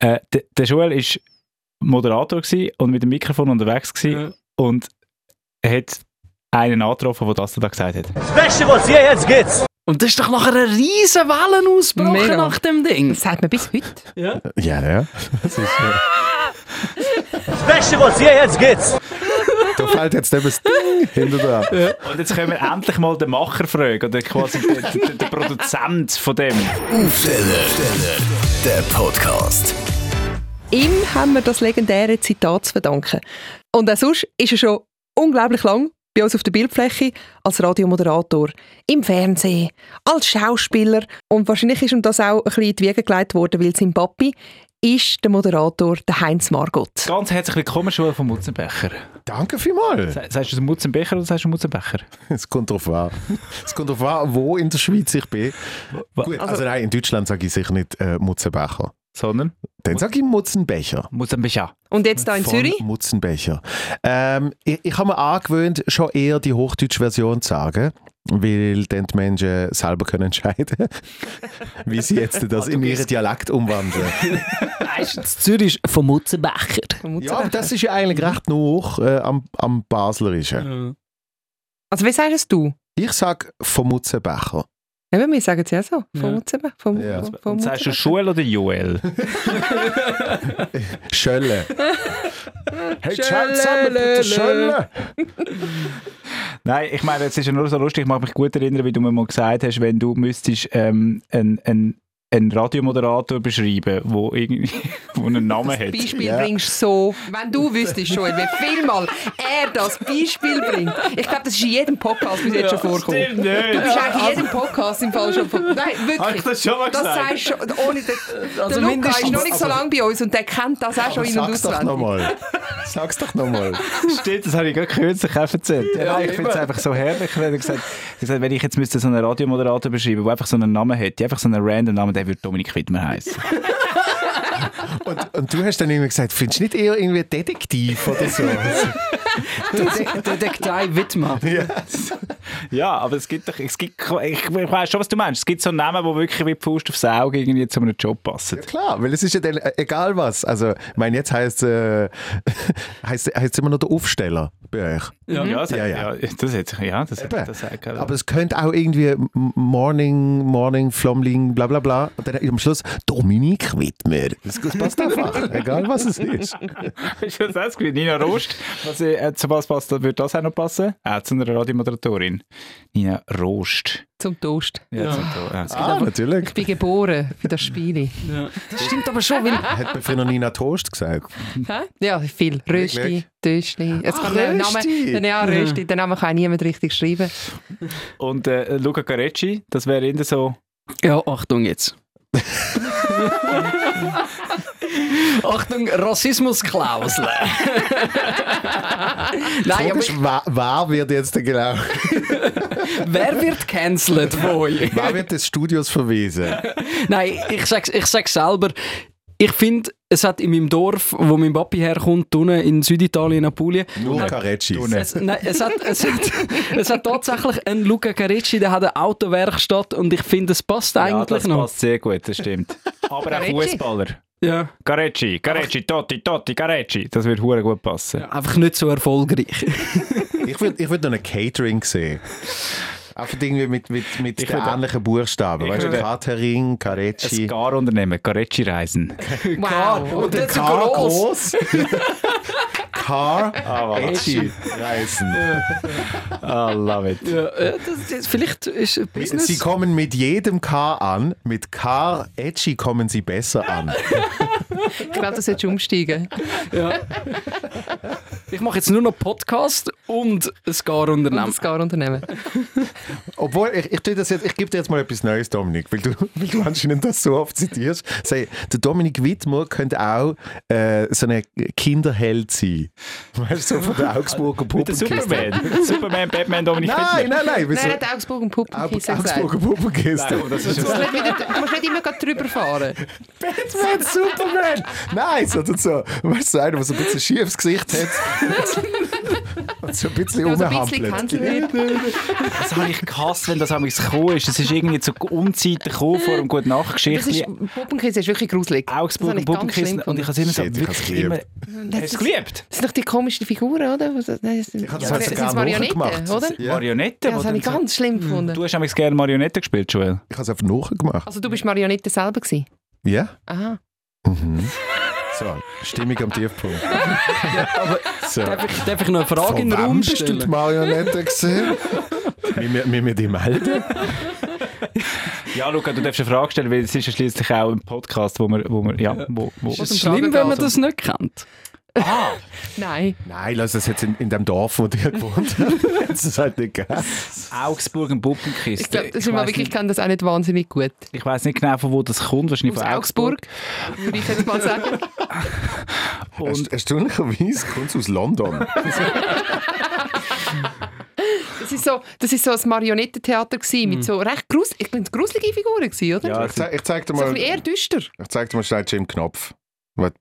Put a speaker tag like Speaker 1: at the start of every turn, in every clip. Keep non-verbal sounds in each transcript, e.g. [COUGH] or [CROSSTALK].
Speaker 1: Äh, der, der Joel war Moderator gewesen und mit dem Mikrofon unterwegs gewesen und er hat einen angetroffen, der das da gesagt hat.
Speaker 2: Beste, was hier jetzt gibt.
Speaker 3: Und das ist doch nachher eine riesen Wellen ausgebrochen
Speaker 4: Mega.
Speaker 3: nach dem Ding.
Speaker 4: Das sagt man bis heute.
Speaker 5: Ja, ja. Das ist, äh,
Speaker 2: Beste, was hier jetzt gibt.
Speaker 5: da fällt jetzt eben das Ding hinter dran.
Speaker 1: Und jetzt können wir [LAUGHS] endlich mal den Macher fragen oder quasi den, den, den Produzent von dem.
Speaker 6: Der Podcast.
Speaker 4: Ihm haben wir das legendäre Zitat zu verdanken. Und auch sonst ist er schon unglaublich lang bei uns auf der Bildfläche als Radiomoderator, im Fernsehen, als Schauspieler und wahrscheinlich ist ihm das auch ein bisschen in die Wiege gelegt worden, weil sein Papi ist der Moderator, der Heinz Margot.
Speaker 1: Ganz herzlich willkommen, Joel von Mutzenbecher.
Speaker 5: Danke vielmals.
Speaker 1: Se- Sagst du Mutzenbecher oder sagst du Mutzenbecher?
Speaker 5: Es kommt drauf an. Es kommt drauf an, wo in der Schweiz ich bin.
Speaker 1: Wa-
Speaker 5: Gut, also nein, in Deutschland sage ich sicher nicht äh, Mutzenbecher.
Speaker 1: Sondern
Speaker 5: Dann sage ich Mutzenbecher.
Speaker 1: Mutzenbecher.
Speaker 4: Und jetzt hier in
Speaker 5: Von
Speaker 4: Zürich?
Speaker 5: Mutzenbecher. Ähm, ich ich habe mir angewöhnt, schon eher die hochdeutsche Version zu sagen, weil dann die Menschen selber können entscheiden [LAUGHS] wie sie jetzt das in ihren Dialekt umwandeln.
Speaker 3: Meistens Zürich vom Mutzenbecher.
Speaker 5: [LAUGHS] ja, aber das ist ja eigentlich recht noch äh, am, am Baslerischen.
Speaker 4: Also wie sagst du es?
Speaker 5: Ich sage vom Mutzenbecher.
Speaker 4: Eben, wir sagen es ja so. Vom
Speaker 3: Ja.
Speaker 4: Mutzenbe- vom,
Speaker 5: Ja.
Speaker 4: vom, vom
Speaker 1: Und sagst du
Speaker 4: Mutzenbe-
Speaker 1: Joel oder Joel?
Speaker 5: [LAUGHS] Schölle. Hey,
Speaker 4: Schölle,
Speaker 5: Schölle, zusammen,
Speaker 4: lö, lö.
Speaker 5: bitte Schölle.
Speaker 1: Nein, ich meine, es ist ja nur so lustig, ich mag mich gut erinnern, wie du mir mal gesagt hast, wenn du müsstest ähm, einen, einen, einen Radiomoderator beschreiben, wo irgendwie [LAUGHS] wo einen Namen hat.
Speaker 4: Beispiel
Speaker 5: Ja.
Speaker 4: bringst so, wenn du wüsstest schon, wie viel Mal er das Beispiel bringt. Ich glaube, das ist in jedem Podcast bis jetzt schon vorkommen.
Speaker 1: Stimmt nicht.
Speaker 4: Du bist eigentlich in jedem Podcast im Fall schon. Nein, wirklich.
Speaker 1: Habe ich das schon mal
Speaker 4: Das
Speaker 1: gesagt?
Speaker 4: sagst du schon. Ohne den,
Speaker 3: Also
Speaker 4: der Luca
Speaker 3: mindestens.
Speaker 4: ist noch nicht so lange bei uns und der kennt das auch schon in- und
Speaker 5: Sag's doch
Speaker 4: auswendig.
Speaker 5: [LAUGHS] nochmal. Sag's doch nochmal.
Speaker 1: Stimmt, das habe ich gerade kürzlich auch erzählt. Ja, ich finde es einfach so herrlich. Wenn er gesagt, hat, gesagt, wenn ich jetzt müsste so einen Radiomoderator beschreiben, der einfach so einen Namen hätte, einfach so einen random Namen, der würde Dominik Wittmer heißen.
Speaker 5: Und, und du hast dann irgendwie gesagt, findest du nicht eher irgendwie Detektiv oder [LAUGHS] so?
Speaker 3: Detektei Wittmann.
Speaker 1: [LAUGHS] ja, aber es gibt doch, es gibt, ich, ich weiß schon, was du meinst. Es gibt so Namen, die wirklich wie die Faust aufs Auge irgendwie zu einem Job passen.
Speaker 5: Klar, weil es ist ja dann äh, egal was. Also, ich meine, jetzt heißt äh, [LAUGHS] heißt heißt immer nur der Aufsteller bei euch.
Speaker 1: Ja, das hat,
Speaker 5: Ja, ja.
Speaker 1: das hat, ja, das hat
Speaker 5: Eben.
Speaker 1: das hat, [LAUGHS]
Speaker 5: Aber es könnte auch irgendwie M- Morning, Morning, Flomling, bla bla bla. Und dann am Schluss Dominik Wittmer. Das das passt einfach, [LAUGHS] egal was es ist.
Speaker 1: ist das auch das Gefühl? Nina Rost, was, äh, zu was passt, würde das auch noch passen? Auch zu einer Radiomoderatorin. Nina Rost.
Speaker 4: Zum Toast.
Speaker 1: Ja, zum Teil, ja.
Speaker 5: Ah, natürlich.
Speaker 4: Ich bin geboren für das Spiel.
Speaker 3: Das stimmt aber schon, weil
Speaker 5: Hat mir früher noch Nina Toast gesagt.
Speaker 4: Hä? Ja, viel. Rösti,
Speaker 5: Wirklich?
Speaker 4: Töschli. Jetzt
Speaker 5: Ah,
Speaker 4: kann der Name,
Speaker 5: Rösti.
Speaker 4: ja, Rösti. Den Namen kann niemand richtig schreiben.
Speaker 1: Und äh, Luca Carecci, das wäre eher so.
Speaker 3: Ja, Achtung [LAUGHS] jetzt. Achtung, Rassismusklausel. Nein, aber
Speaker 5: Logisch, wer, wer wird jetzt denn genau?
Speaker 3: wer wird cancelled von euch?
Speaker 5: Wer wird des Studios verwiesen?
Speaker 3: Nein, ich sag's, ich sag's selber. Ich finde, es hat in meinem Dorf, wo mein Papi herkommt, unten in Süditalien, Apulien,
Speaker 5: Nur Careccis.
Speaker 3: es, nein, es, hat, es, hat, [LAUGHS] es hat tatsächlich einen Luca Carecci, der hat eine Autowerkstatt und ich finde, es passt
Speaker 1: ja,
Speaker 3: eigentlich
Speaker 1: das
Speaker 3: noch.
Speaker 1: passt sehr gut, das stimmt. Aber auch
Speaker 4: Carecci?
Speaker 1: Fußballer.
Speaker 3: Ja.
Speaker 1: Carecci, Carecci, Totti, Totti, Carecci. Das würde hure gut passen.
Speaker 3: Einfach nicht so erfolgreich.
Speaker 5: Ich würde ich würd noch ein Catering sehen. Einfach irgendwie mit, mit, mit den
Speaker 1: würd-
Speaker 5: ähnlichen Buchstaben.
Speaker 1: ich
Speaker 5: Weißt du,
Speaker 1: würd-
Speaker 5: Catering,
Speaker 1: Ein
Speaker 5: Carecci.
Speaker 1: Scar-Unternehmen, Carecci-Reisen.
Speaker 4: Wow.
Speaker 3: Und dann so
Speaker 5: Car
Speaker 3: gross.
Speaker 1: [LAUGHS]
Speaker 5: groß. Car Carecci reisen.
Speaker 1: I love it.
Speaker 3: Ja, äh, das, das, vielleicht ist ein Business.
Speaker 5: Sie kommen mit jedem K an. Mit Car Edgy kommen sie besser an.
Speaker 4: Ich glaube, das jetzt umsteigen.
Speaker 3: Ich mache jetzt nur noch Podcast und ein
Speaker 4: Und
Speaker 3: Gar-Unternehmen.
Speaker 4: das Gar-Unternehmen.
Speaker 5: Obwohl, ich, ich, tue das jetzt, ich gebe dir jetzt mal etwas Neues, Dominik, weil du, weil du anscheinend das so oft zitierst. Sei, der Dominik Wittmer könnte auch äh, so ein Kinderheld sein. Weißt du, so von der Augsburger
Speaker 1: Der
Speaker 5: Puppenkiste.
Speaker 1: Superman. Superman, Batman, Dominik
Speaker 5: Nein, nein, nein.
Speaker 4: Nein,
Speaker 5: wieso?
Speaker 4: er hat Augsburg und Puppenkiste
Speaker 5: Au-
Speaker 4: gesagt.
Speaker 5: Augsburger Puppenkiste.
Speaker 1: Wittmer. Das ist
Speaker 4: Du musst nicht wieder- du musst nicht immer grad drüber fahren.
Speaker 5: Batman, Superman. Nice. Oder so. Weißt du, so einer, der so ein bisschen schiefes Gesicht hat. Und so ein bisschen
Speaker 4: Ja, so ein
Speaker 5: rumhampelt.
Speaker 4: bisschen Kanzler.
Speaker 1: Das habe ich gehasst, wenn das einmal gekommen ist. Das ist irgendwie zu Unzeiten gekommen, vor einem guten
Speaker 4: Das ist,
Speaker 1: Nachtgeschichte.
Speaker 4: Puppenkissen ist wirklich gruselig.
Speaker 1: Augsburg und
Speaker 4: Das habe ich ganz schlimm
Speaker 1: Puppenkissen. Und ich habe es immer
Speaker 5: Shit,
Speaker 1: so
Speaker 5: ich habe es
Speaker 1: wirklich immer...
Speaker 5: geliebt.
Speaker 4: gefunden.
Speaker 1: Hast du es geliebt?
Speaker 4: Das sind doch die komischen Figuren, oder? Was- Nein, das sind,
Speaker 5: Ich habe das
Speaker 4: Ja,
Speaker 5: halt
Speaker 4: das
Speaker 5: sogar
Speaker 4: sind Marionetten,
Speaker 5: nachgemacht.
Speaker 4: oder?
Speaker 5: Ja.
Speaker 1: Marionette?
Speaker 4: Ja, das
Speaker 1: wo
Speaker 4: habe ich
Speaker 1: dann so- Hm.
Speaker 4: ganz schlimm gefunden.
Speaker 1: Du hast nämlich gerne Marionette gespielt, Joel.
Speaker 5: Ich habe es einfach nachgemacht.
Speaker 4: Also du bist Marionette selber gewesen?
Speaker 5: Ja?
Speaker 4: Aha.
Speaker 5: Mhm. So, Stimmung am Tiefpunkt. so.
Speaker 3: Darf ich, darf ich noch eine Frage in
Speaker 5: Von
Speaker 3: den Raum
Speaker 5: wem bist du die
Speaker 3: stellen?
Speaker 5: Marionette gesehen? wir, wir, wir die melden.
Speaker 1: Ja, Luca, du darfst eine Frage stellen, weil es ist ja schliesslich auch ein Podcast, wo man... Wo man ja, wo, wo.
Speaker 3: Ist
Speaker 4: Zum
Speaker 3: es schlimm,
Speaker 4: Tragen
Speaker 3: wenn man
Speaker 4: also.
Speaker 3: das nicht kennt?
Speaker 4: Nein.
Speaker 5: Nein, lass das jetzt in, in dem Dorf, wo du [LAUGHS] gewohnt hast. Das ist halt nicht gegeben.
Speaker 1: Augsburg und Puppenkiste.
Speaker 4: Ich glaube, das ist mal
Speaker 1: weiss
Speaker 4: wirklich, ich
Speaker 1: nicht,
Speaker 4: kann das auch nicht wahnsinnig gut.
Speaker 1: ich weiss nicht genau, von wo das kommt. Wahrscheinlich
Speaker 4: Aus
Speaker 1: von Augsburg.
Speaker 4: Augsburg, würde ich jetzt mal sagen.
Speaker 1: Und
Speaker 5: Erst- Erstaunlicherweise kommt es aus London.
Speaker 4: Das ist so, das ist so ein Marionettentheater gewesen, mit so recht grus ich bin gruselige Figuren gewesen, oder?
Speaker 1: Hm. ja,
Speaker 5: [LAUGHS] Ich, zeig, ich zeig dir
Speaker 4: So ein
Speaker 5: mal,
Speaker 4: bisschen eher
Speaker 5: ich
Speaker 4: düster.
Speaker 5: zeig dir mal schnell Jim Knopf. Was-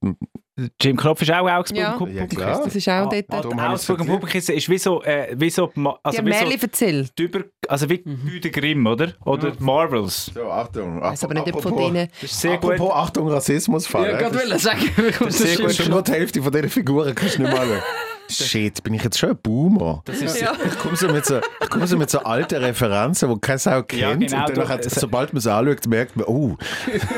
Speaker 1: Jim Knopf ist auch Augsburg
Speaker 4: Ja.
Speaker 1: und
Speaker 5: Ja,
Speaker 1: Puppenkiste.
Speaker 5: klar.
Speaker 4: Das ist auch dort.
Speaker 1: Ah,
Speaker 4: Die
Speaker 5: Darum
Speaker 1: ah,
Speaker 5: habe ich's
Speaker 1: Augsburg und
Speaker 5: verkehrt.
Speaker 1: Puppenkiste ist wie so... Äh, wie so, ma- also
Speaker 4: haben
Speaker 1: wie so
Speaker 4: Märchen erzählt.
Speaker 1: die Über, also wie
Speaker 5: Mhm.
Speaker 1: Brüder Grimm, oder? Oder die Marvels.
Speaker 5: So, Achtung.
Speaker 4: Ich weiß aber nicht, ob von
Speaker 5: Apropos-
Speaker 4: denen...
Speaker 1: Das ist sehr
Speaker 5: apropos,
Speaker 1: gut.
Speaker 5: Achtung, Rassismusfall.
Speaker 3: Ja,
Speaker 5: Ja,
Speaker 3: gerade
Speaker 5: das-
Speaker 3: wollen sagen. [LAUGHS] Das
Speaker 5: Sehr gut,
Speaker 3: ist
Speaker 5: schon nur die Hälfte von diesen Figuren kannst du nicht malen. [LAUGHS] Shit, bin ich jetzt schon ein Boomer?
Speaker 1: Das ist
Speaker 5: Ich komme so mit so, ich komme so, mit so alten Referenzen, die keine Sau kennt.
Speaker 1: genau,
Speaker 5: und dann
Speaker 1: du-
Speaker 5: hat, sobald man es anschaut, merkt man, oh,
Speaker 1: Kasper.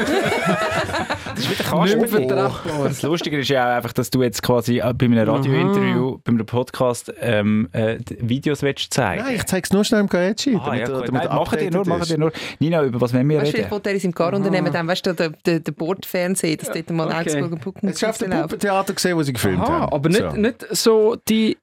Speaker 3: nicht mehr vertretbar.
Speaker 1: Das Lustige ist ja auch einfach, dass du jetzt quasi äh, bei einem Radiointerview, bei einem Podcast ähm, äh, die Videos willst zeigen
Speaker 5: nein, ich zeig's nur schnell im Gaetschi.
Speaker 1: Ah, ja,
Speaker 5: er-
Speaker 1: gut.
Speaker 5: er
Speaker 1: Nein, machen die
Speaker 5: updated
Speaker 1: nur,
Speaker 5: ist.
Speaker 1: machen die nur. Nina, über was wollen wir
Speaker 4: Weißt
Speaker 1: reden?
Speaker 4: du, vielleicht wollte er uns im Car unternehmen, dann weißt du, der, der, der Bordfernseher, dass dort mal
Speaker 3: okay.
Speaker 4: Augsburg und
Speaker 5: Jetzt hast
Speaker 4: Puppenkissen
Speaker 5: du auf dem
Speaker 4: läuft.
Speaker 5: Puppentheater gesehen, was sie gefilmt
Speaker 3: Aha,
Speaker 5: haben.
Speaker 3: aber nicht
Speaker 5: So.
Speaker 3: nicht so die...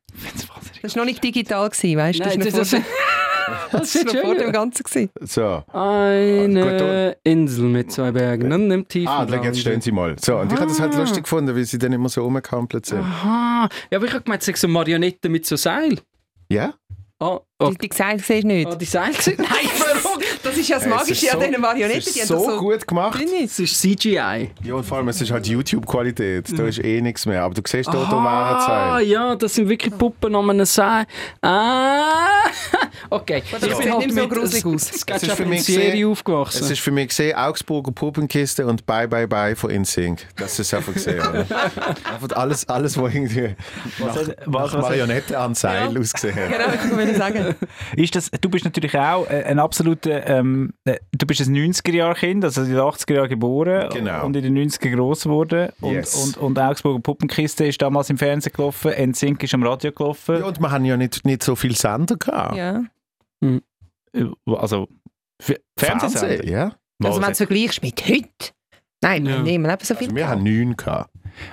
Speaker 4: Das war noch nicht digital, gewesen, weißt du?
Speaker 3: Nein,
Speaker 4: das
Speaker 3: das,
Speaker 4: war
Speaker 3: das,
Speaker 4: noch vor-
Speaker 3: [LAUGHS] das
Speaker 4: das
Speaker 3: ist
Speaker 4: war noch vor dem
Speaker 3: schön.
Speaker 4: Ganzen. Gewesen.
Speaker 5: So. Gut,
Speaker 3: Eine
Speaker 5: dann-
Speaker 3: Insel mit zwei Bergen und einem tiefen
Speaker 5: Ah, dann jetzt stehen
Speaker 3: Lande.
Speaker 5: sie mal. So, und ich habe das
Speaker 4: Ah.
Speaker 5: halt lustig gefunden, weil sie dann immer so rumgekampelt sind.
Speaker 3: Aha, ja, aber ich habe gemeint, es sei so Marionetten mit so Seil.
Speaker 5: Ja?
Speaker 3: Ah,
Speaker 4: Die, die gesagt siehst du nicht.
Speaker 3: Ah, die Seil gesehen? [LAUGHS] Nein, verrückt.
Speaker 4: Oh, Das ist ja das
Speaker 5: Hey, es
Speaker 4: Magische
Speaker 5: ist
Speaker 4: an
Speaker 5: so-
Speaker 4: diesen
Speaker 5: Es
Speaker 4: Marionetten. Die
Speaker 5: ist
Speaker 4: haben
Speaker 5: so,
Speaker 4: das [LAUGHS] so
Speaker 5: gut gemacht.
Speaker 3: Es ist CGI.
Speaker 5: Ja, und vor allem, es ist halt YouTube-Qualität.
Speaker 4: Mhm.
Speaker 5: Da ist eh nichts mehr. Aber du siehst, da, da wären
Speaker 3: Ah,
Speaker 5: zwei.
Speaker 3: ja, das sind wirklich Puppen an einem Seil. Ah, [LAUGHS] okay. halt
Speaker 4: das sieht nicht so gruselig aus.
Speaker 5: Es ist für
Speaker 3: Sketchup
Speaker 5: mich
Speaker 3: in Serie
Speaker 5: gesehen-
Speaker 3: aufgewachsen.
Speaker 5: Es ist für mich gesehen, Augsburger Puppenkiste und Bye Bye Bye von InSync. Das ist einfach
Speaker 4: [LAUGHS]
Speaker 5: gesehen, oder? Einfach alles, alles, was irgendwie nach,
Speaker 1: was-
Speaker 5: nach Marionette an Seil ausgesehen hat.
Speaker 4: Genau, ich wollte sagen.
Speaker 1: Ist das, du bist natürlich auch äh, ein absoluter, ähm, äh, du bist ein 90er-Jahr-Kind, also in den 80er Jahren geboren
Speaker 5: Genau.
Speaker 1: und in den 90er groß geworden. Und,
Speaker 5: Yes.
Speaker 1: und, und Augsburger Puppenkiste ist damals im Fernsehen gelaufen, NSYNC ist am Radio gelaufen.
Speaker 5: Ja, und wir haben ja nicht, nicht so viele Sender gehabt.
Speaker 4: Ja.
Speaker 1: Also, F- Fernsehsender.
Speaker 5: Fernsehen, ja.
Speaker 4: Also, wenn du
Speaker 1: Wahnsinn.
Speaker 4: es vergleichst mit heute. Nein, wir
Speaker 3: Ja.
Speaker 4: nehmen eben so viel.
Speaker 5: Also wir haben neun gehabt.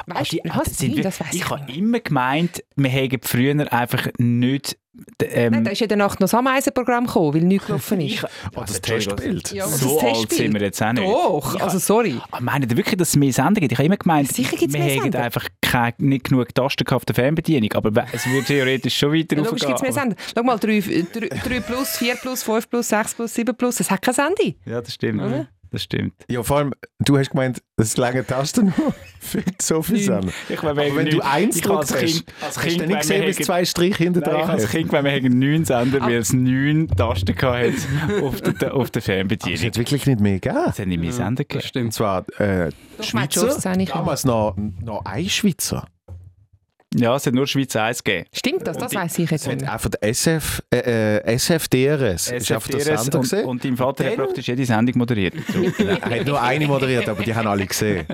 Speaker 1: Ah,
Speaker 4: weißt du,
Speaker 1: die- ah, das
Speaker 4: was
Speaker 1: sind
Speaker 4: sind
Speaker 1: wir-
Speaker 4: das? Weiss ich
Speaker 1: Ich
Speaker 4: nicht.
Speaker 1: habe immer gemeint, wir hätten früher einfach nicht. d- Ähm,
Speaker 4: Nein, da ist ja in der Nacht noch das Ameisenprogramm gekommen, weil nichts gelaufen ist.
Speaker 1: ich,
Speaker 5: Oh, das
Speaker 1: Entschuldigung.
Speaker 5: Testbild.
Speaker 4: Ja, aber
Speaker 1: Also, so
Speaker 4: das
Speaker 1: alt
Speaker 4: Testbild-
Speaker 1: sind wir jetzt auch nicht.
Speaker 4: Doch, also sorry.
Speaker 1: Ah, Meinen ihr wirklich, dass es mehr Sender gibt? Ich habe immer gemeint,
Speaker 4: Sicher gibt's
Speaker 1: wir
Speaker 4: mehr
Speaker 1: hätten
Speaker 4: Sender.
Speaker 1: einfach keine, nicht genug Tasten gehabt auf der Fernbedienung. Aber we- es würde theoretisch schon weiter
Speaker 4: Logisch gibt es mehr
Speaker 1: aber-
Speaker 4: Sender. Schau mal, 3, plus, 4 plus, 5 plus, 6 plus, 7 plus. Es hat kein Sende.
Speaker 1: Ja, das stimmt.
Speaker 4: Oder?
Speaker 1: Das stimmt.
Speaker 5: Ja, vor allem, du hast gemeint, es lange Tasten [LAUGHS] nur für so viel Sender.
Speaker 1: Ich war
Speaker 5: Aber
Speaker 1: wegen
Speaker 5: wenn du
Speaker 1: neun-
Speaker 5: eins
Speaker 1: ich habe
Speaker 5: drückst,
Speaker 1: als
Speaker 5: hast
Speaker 1: Kind,
Speaker 5: hast
Speaker 1: als
Speaker 5: du
Speaker 1: Kind
Speaker 5: dann nicht
Speaker 1: wenn
Speaker 5: gesehen,
Speaker 1: wir
Speaker 5: bis
Speaker 1: hätten-
Speaker 5: zwei Striche hinter
Speaker 1: Nein, ich
Speaker 5: dran
Speaker 1: habe als
Speaker 5: hast.
Speaker 1: Kind, wenn wir hätten neun Sender, weil es neun Tasten gehabt
Speaker 5: [LAUGHS]
Speaker 1: hat auf der, auf der
Speaker 5: Es
Speaker 1: Fernbedienung.
Speaker 5: hat wirklich nicht mehr gegeben.
Speaker 1: Es hat nicht mehr Sender gegeben.
Speaker 5: Und zwar äh,
Speaker 4: Doch, meinst du,
Speaker 5: Schweizer,
Speaker 4: das habe ich-
Speaker 5: damals noch, noch ein Schweizer.
Speaker 1: Ja, es hat nur Schweiz 1 gegeben.
Speaker 4: Stimmt das? Das weiß ich jetzt
Speaker 5: Es hat
Speaker 4: nicht. mehr.
Speaker 5: einfach SF, äh, äh, SFDRS. Ist einfach der
Speaker 1: SFDRS
Speaker 5: Sender
Speaker 1: und,
Speaker 5: gesehen.
Speaker 1: und dein Vater hat
Speaker 5: Dann-
Speaker 1: praktisch jede Sendung
Speaker 5: [LAUGHS]
Speaker 1: moderiert.
Speaker 5: Er hat nur eine moderiert, aber die haben alle gesehen.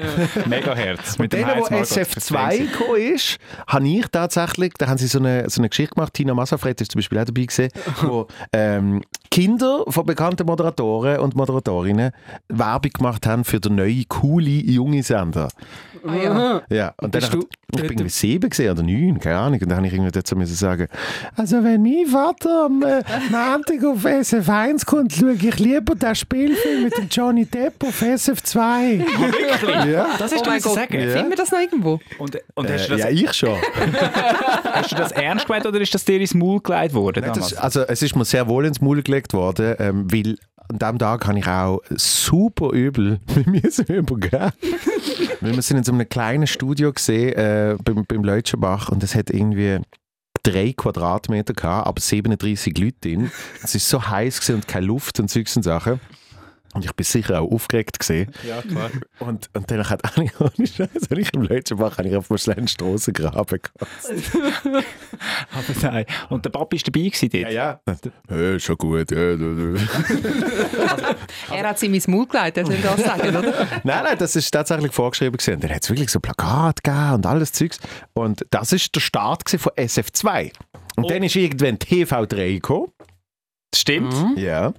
Speaker 1: Megahertz.
Speaker 5: Mit denen, wo SF2 gekommen ist, habe ich tatsächlich, da haben sie so eine, so eine Geschichte gemacht, Tina Massafred ist zum Beispiel auch dabei gewesen, wo ähm, Kinder von bekannten Moderatoren und Moderatorinnen Werbung gemacht haben für den neuen, coole, junge Sender.
Speaker 4: Ah,
Speaker 3: Oh
Speaker 4: ja.
Speaker 5: Ja, und dann
Speaker 3: bist
Speaker 5: hat,
Speaker 3: du
Speaker 5: ich
Speaker 3: dort-
Speaker 5: bin irgendwie sieben gesehen oder neun, keine Ahnung. Und dann habe ich irgendwie dazu müssen sagen, also wenn mein Vater am äh, Montag auf SF1 kommt, schaue ich lieber den Spielfilm mit dem Johnny Depp auf SF2. ja.
Speaker 1: Das ist
Speaker 4: Oh mein Gott,
Speaker 1: sagen.
Speaker 4: finden wir das noch irgendwo?
Speaker 1: Und, und hast, du
Speaker 5: Äh,
Speaker 1: das,
Speaker 5: ja, ich schon.
Speaker 1: hast du das ernst gemeint oder ist das dir ins Maul gelegt worden?
Speaker 5: Nein, das,
Speaker 1: damals?
Speaker 5: also es ist mir sehr wohl ins Maul gelegt worden, ähm, weil an diesem Tag habe ich auch super übel [LAUGHS] mit mir so übergeben. [LAUGHS] weil wir sind in so einem kleinen Studio gesehen äh, beim, beim Leutschenbach und es hat irgendwie drei Quadratmeter, gehabt, aber 37 Leute drin. Es war so heiß gewesen und keine Luft und Zeugs und Sachen. Und ich bin sicher auch aufgeregt gesehen. Ja, klar. Und, und dann hat Anni, [LAUGHS] ohne Scheiß, wenn ich im Letzten mache, habe ich auf einem schnellen Strassengraben gekotzt.
Speaker 1: Aber [LAUGHS] nein. Und der Papi war dabei gewesen dort.
Speaker 5: [LAUGHS] ja. Hey, Äh, schon gut. Ja, ja, ja.
Speaker 4: Er hat sie in mein Maul gelegt, das will ich das sagen, oder?
Speaker 5: Nein, nein, das ist tatsächlich vorgeschrieben gewesen. Und dann hat es wirklich so Plakate gegeben und alles Zeugs. Und das ist der Start gewesen von SF2. Und
Speaker 4: Oh.
Speaker 5: dann ist irgendwann TV3 gekommen.
Speaker 1: Stimmt.
Speaker 5: Ja. Mhm.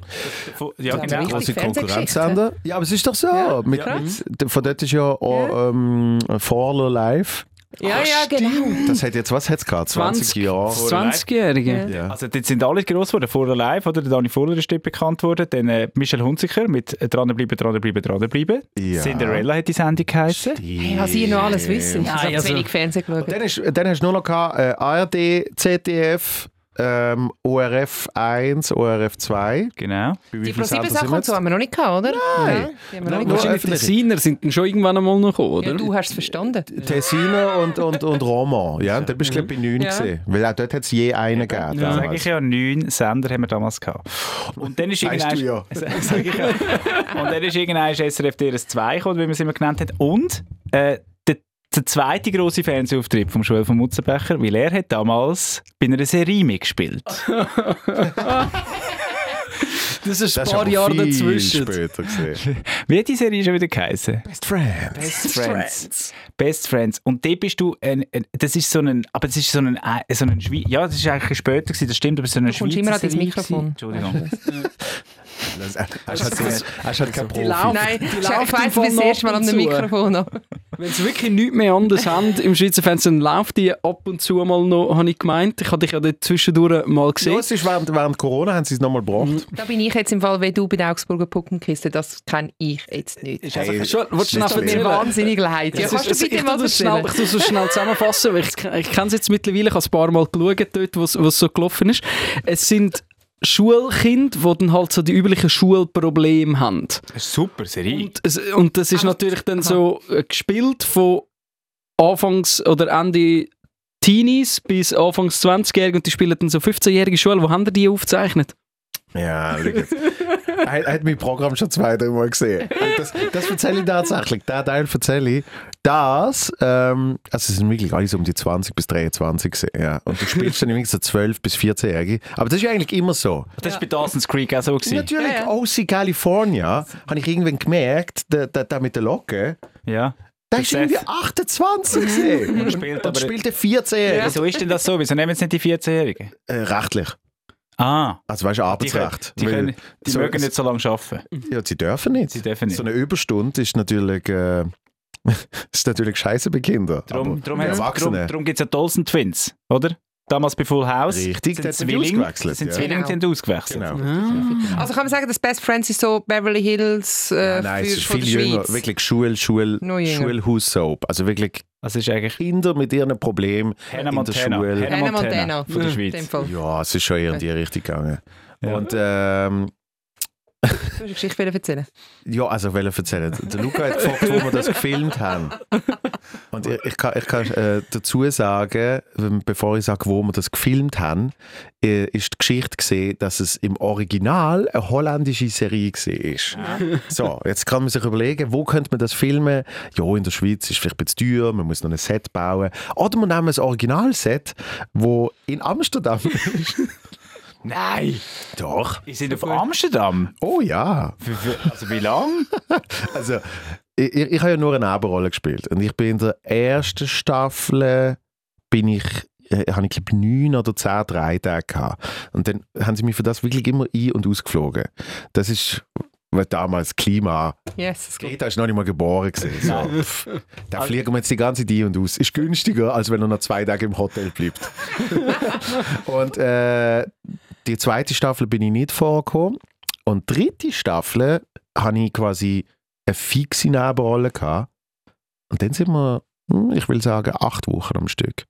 Speaker 1: Von- Ja,
Speaker 4: Das
Speaker 1: genau.
Speaker 4: ist Hm? richtig.
Speaker 5: Große
Speaker 4: Die
Speaker 5: Konkurrenzsender. Ja, aber es ist doch so. Mit, mit, von dort ist ja auch ähm, Forler Live.
Speaker 4: [LAUGHS] Ja, ja, genau.
Speaker 5: Das hat jetzt, was hat es gehabt? 20 Jahre.
Speaker 3: 20-Jährige.
Speaker 5: Ja.
Speaker 1: Also, dort sind alle gross geworden. Vorher live, oder? Der Dani Fuller ist dort bekannt worden. Dann äh, Michel Hunziker mit äh, Dranbleiben, Dranbleiben, Dranbleiben.
Speaker 5: Ja.
Speaker 1: Cinderella hat die Sendung geheißen.
Speaker 4: Hey, was ich noch alles wissen. Ich
Speaker 3: Nein,
Speaker 4: habe
Speaker 3: also-
Speaker 4: zu wenig Fernsehen geschaut.
Speaker 5: Dann, ist, dann hast du nur noch gehabt, äh, ARD, ZDF, ähm, ORF 1, ORF 2.
Speaker 1: Genau.
Speaker 4: Die ProSieben-Sachen und so haben wir noch nicht gehabt, oder? Nein. Die haben wir noch nicht
Speaker 5: Nur
Speaker 3: Wahrscheinlich die
Speaker 5: öffentlich.
Speaker 3: Siner sind dann schon irgendwann einmal noch gekommen, oder?
Speaker 4: Ja, du hast es verstanden.
Speaker 5: Tessiner und, und, und Roman. Ja, und dann bist du, glaube ich, bei 9
Speaker 4: Ja.
Speaker 5: gesehen. Weil auch dort hat es je einen
Speaker 1: Ja.
Speaker 5: gegeben.
Speaker 1: Sag
Speaker 5: damals.
Speaker 1: ich ja, neun Sender haben wir damals gehabt. Und dann ist
Speaker 5: Weißt du ja.
Speaker 1: [LAUGHS] Sag ich ja. Und dann ist irgendwann ist SRF DRS 2 gekommen, wie man es immer genannt hat. Und äh, der, der zweite grosse Fernsehauftritt vom Joel von Mutzenbecher, weil er hat damals bei einer Serie mitgespielt.
Speaker 3: Das ist ein
Speaker 5: Das ist
Speaker 3: paar
Speaker 5: aber
Speaker 3: Jahre
Speaker 5: viel
Speaker 3: dazwischen.
Speaker 5: später gesehen.
Speaker 1: Wie hat die Serie schon wieder geheißen?
Speaker 5: Best Friends.
Speaker 1: Best Friends. Best Friends. Und dort bist du, ein, ein, das ist so ein, aber das ist so ein, äh, so ein Schweizer, ja, das ist eigentlich ein später gewesen, das stimmt, aber so ein
Speaker 4: kommst immer an dein
Speaker 1: Serie
Speaker 4: Mikrofon.
Speaker 1: gewesen. Entschuldigung.
Speaker 5: Das- Er er hat kein- er hat kein halt Profi.
Speaker 3: Lauf-
Speaker 4: Nein,
Speaker 3: die
Speaker 4: ich
Speaker 3: laufen
Speaker 4: weiss,
Speaker 3: von
Speaker 4: bis das erste Mal
Speaker 3: Norden
Speaker 4: an dem
Speaker 3: zu.
Speaker 4: Mikrofon noch.
Speaker 3: Wenn sie wirklich nichts mehr anderes haben im Schweizer Fernsehen, dann läuft die ab und zu mal noch, habe ich gemeint. Ich habe dich ja dort zwischendurch mal
Speaker 5: Ja,
Speaker 3: gesehen.
Speaker 5: es ist während, während Corona haben sie es nochmal gebracht.
Speaker 4: Da bin ich jetzt im Fall, wie du bei den Augsburger Puppenkisten, das kenne ich jetzt nicht.
Speaker 5: Hey,
Speaker 3: schon- willst du
Speaker 5: nicht
Speaker 3: nachher
Speaker 5: schlimm.
Speaker 4: Mir
Speaker 3: erzählen?
Speaker 4: wahnsinnig leid.
Speaker 3: Es
Speaker 4: Ja,
Speaker 3: ist-
Speaker 4: kannst du
Speaker 3: es- ich
Speaker 4: bitte mal
Speaker 3: tu das schnell, [LAUGHS]
Speaker 4: erzählen?
Speaker 3: Ich muss es schnell zusammenfassen, weil ich, ich kenne es jetzt mittlerweile, ich habe ein paar Mal geschaut, dort, wo es- wo es so gelaufen ist. Es sind Schulkinder, die dann halt so die üblichen Schulprobleme haben.
Speaker 1: Super Serie.
Speaker 3: Und, es, und das ist natürlich dann so äh, gespielt von Anfangs oder Ende Teenies bis Anfangs 20-Jährige und die spielen dann so 15-jährige Schule. Wo haben die die aufgezeichnet?
Speaker 5: Ja, schau jetzt. Er hat- er hat mein Programm schon zwei, drei Mal gesehen. Und Das, das erzähle ich tatsächlich. Der Teil erzähle ich. Das, ähm, also es sind wirklich alle so um die 20 bis 23 gewesen, ja. Und du spielst dann irgendwie so 12 bis 14-Jährige. Aber das ist ja eigentlich immer so.
Speaker 1: Das war bei Dawson's Creek auch so. Gewesen.
Speaker 5: Natürlich,
Speaker 4: Ja, ja.
Speaker 5: OC California, habe ich irgendwann gemerkt, der, der, der mit der Locke,
Speaker 1: Ja.
Speaker 5: der ist
Speaker 1: Seth.
Speaker 5: irgendwie 28
Speaker 4: Mhm.
Speaker 5: gesehen. Und
Speaker 1: spielt
Speaker 5: und
Speaker 1: aber-
Speaker 5: spielte 14-Jährige.
Speaker 1: Äh, Wieso ist denn das so? Wieso nehmen sie nicht die 14-Jährigen?
Speaker 5: Äh, rechtlich.
Speaker 1: Ah,
Speaker 5: Also weißt du,
Speaker 1: die, können,
Speaker 5: Arbeitsrecht.
Speaker 1: die,
Speaker 5: Weil-
Speaker 1: können, die
Speaker 5: so-
Speaker 1: mögen nicht so lange arbeiten.
Speaker 5: Ja, sie dürfen nicht.
Speaker 1: Sie dürfen nicht.
Speaker 5: So eine Überstunde ist natürlich, äh, [LAUGHS] ist natürlich scheiße bei Kindern.
Speaker 1: Darum, darum,
Speaker 5: bei
Speaker 1: hat's- darum,
Speaker 5: Erwachsenen.
Speaker 1: darum gibt es ja Dolson Twins, oder? Damals bei Full House.
Speaker 5: Richtig,
Speaker 1: sind
Speaker 5: dort sind die
Speaker 1: Zwillinge,
Speaker 5: ausgewechselt,
Speaker 1: sind
Speaker 5: ja. Genau.
Speaker 1: Zwillinge und sind
Speaker 4: Genau.
Speaker 1: ausgewechselt.
Speaker 4: Also kann man sagen, das Best Friends ist so Beverly Hills äh,
Speaker 5: Nein,
Speaker 4: für,
Speaker 5: es ist
Speaker 4: von
Speaker 5: viel
Speaker 4: der
Speaker 5: jünger.
Speaker 4: Schweiz.
Speaker 5: Wirklich Schul, Schul,
Speaker 4: Noch jünger.
Speaker 5: Schulhaussoap. Also wirklich
Speaker 1: Also ist eigentlich
Speaker 5: Kinder mit ihren Problemen
Speaker 1: Hannah
Speaker 5: in der
Speaker 1: Montana.
Speaker 5: Schule.
Speaker 4: Hannah Montana.
Speaker 1: von der
Speaker 4: Ja, in
Speaker 1: Schweiz.
Speaker 4: dem Fall.
Speaker 5: Ja, es ist schon
Speaker 4: Äh.
Speaker 5: eher in die Richtung gegangen.
Speaker 1: Ja.
Speaker 5: Und ähm,
Speaker 4: Du hast eine Geschichte erzählen.
Speaker 5: ja, also ich will erzählen. Der Luca hat gefragt, wo wir das gefilmt haben. Und ich, ich kann, ich kann äh, dazu sagen, ähm, bevor ich sage, wo wir das gefilmt haben, äh, ist die Geschichte gesehen, dass es im Original eine holländische Serie war. So, jetzt kann man sich überlegen, wo könnte man das filmen? Ja, in der Schweiz ist vielleicht ein bisschen teuer, man muss noch ein Set bauen. Oder wir nehmen ein Originalset, wo in Amsterdam [LAUGHS] ist.
Speaker 1: Nein!
Speaker 5: Doch.
Speaker 1: Wir sind auf Amsterdam.
Speaker 5: Oh ja.
Speaker 1: Für, für, also wie
Speaker 5: [LAUGHS]
Speaker 1: lange?
Speaker 5: Also, ich, ich, ich habe ja nur eine Nebenrolle gespielt. Und ich bin in der ersten Staffel, bin ich, äh, habe ich glaube neun oder zehn drei Tage gehabt. Und dann haben sie mich für das wirklich immer ein- und ausgeflogen. Das ist weil damals Klima.
Speaker 4: Yes, es geht.
Speaker 5: Greta ist noch nicht mal geboren. Gewesen, so. Pff, Da fliegen wir jetzt die ganze Zeit ein und aus. Ist günstiger, als wenn er noch zwei Tage im Hotel bleibt. und äh, die zweite Staffel bin ich nicht vorgekommen. Und die dritte Staffel hatte ich quasi eine fixe Nebenrolle. Gehabt. Und dann sind wir, hm, ich will sagen, acht Wochen am Stück.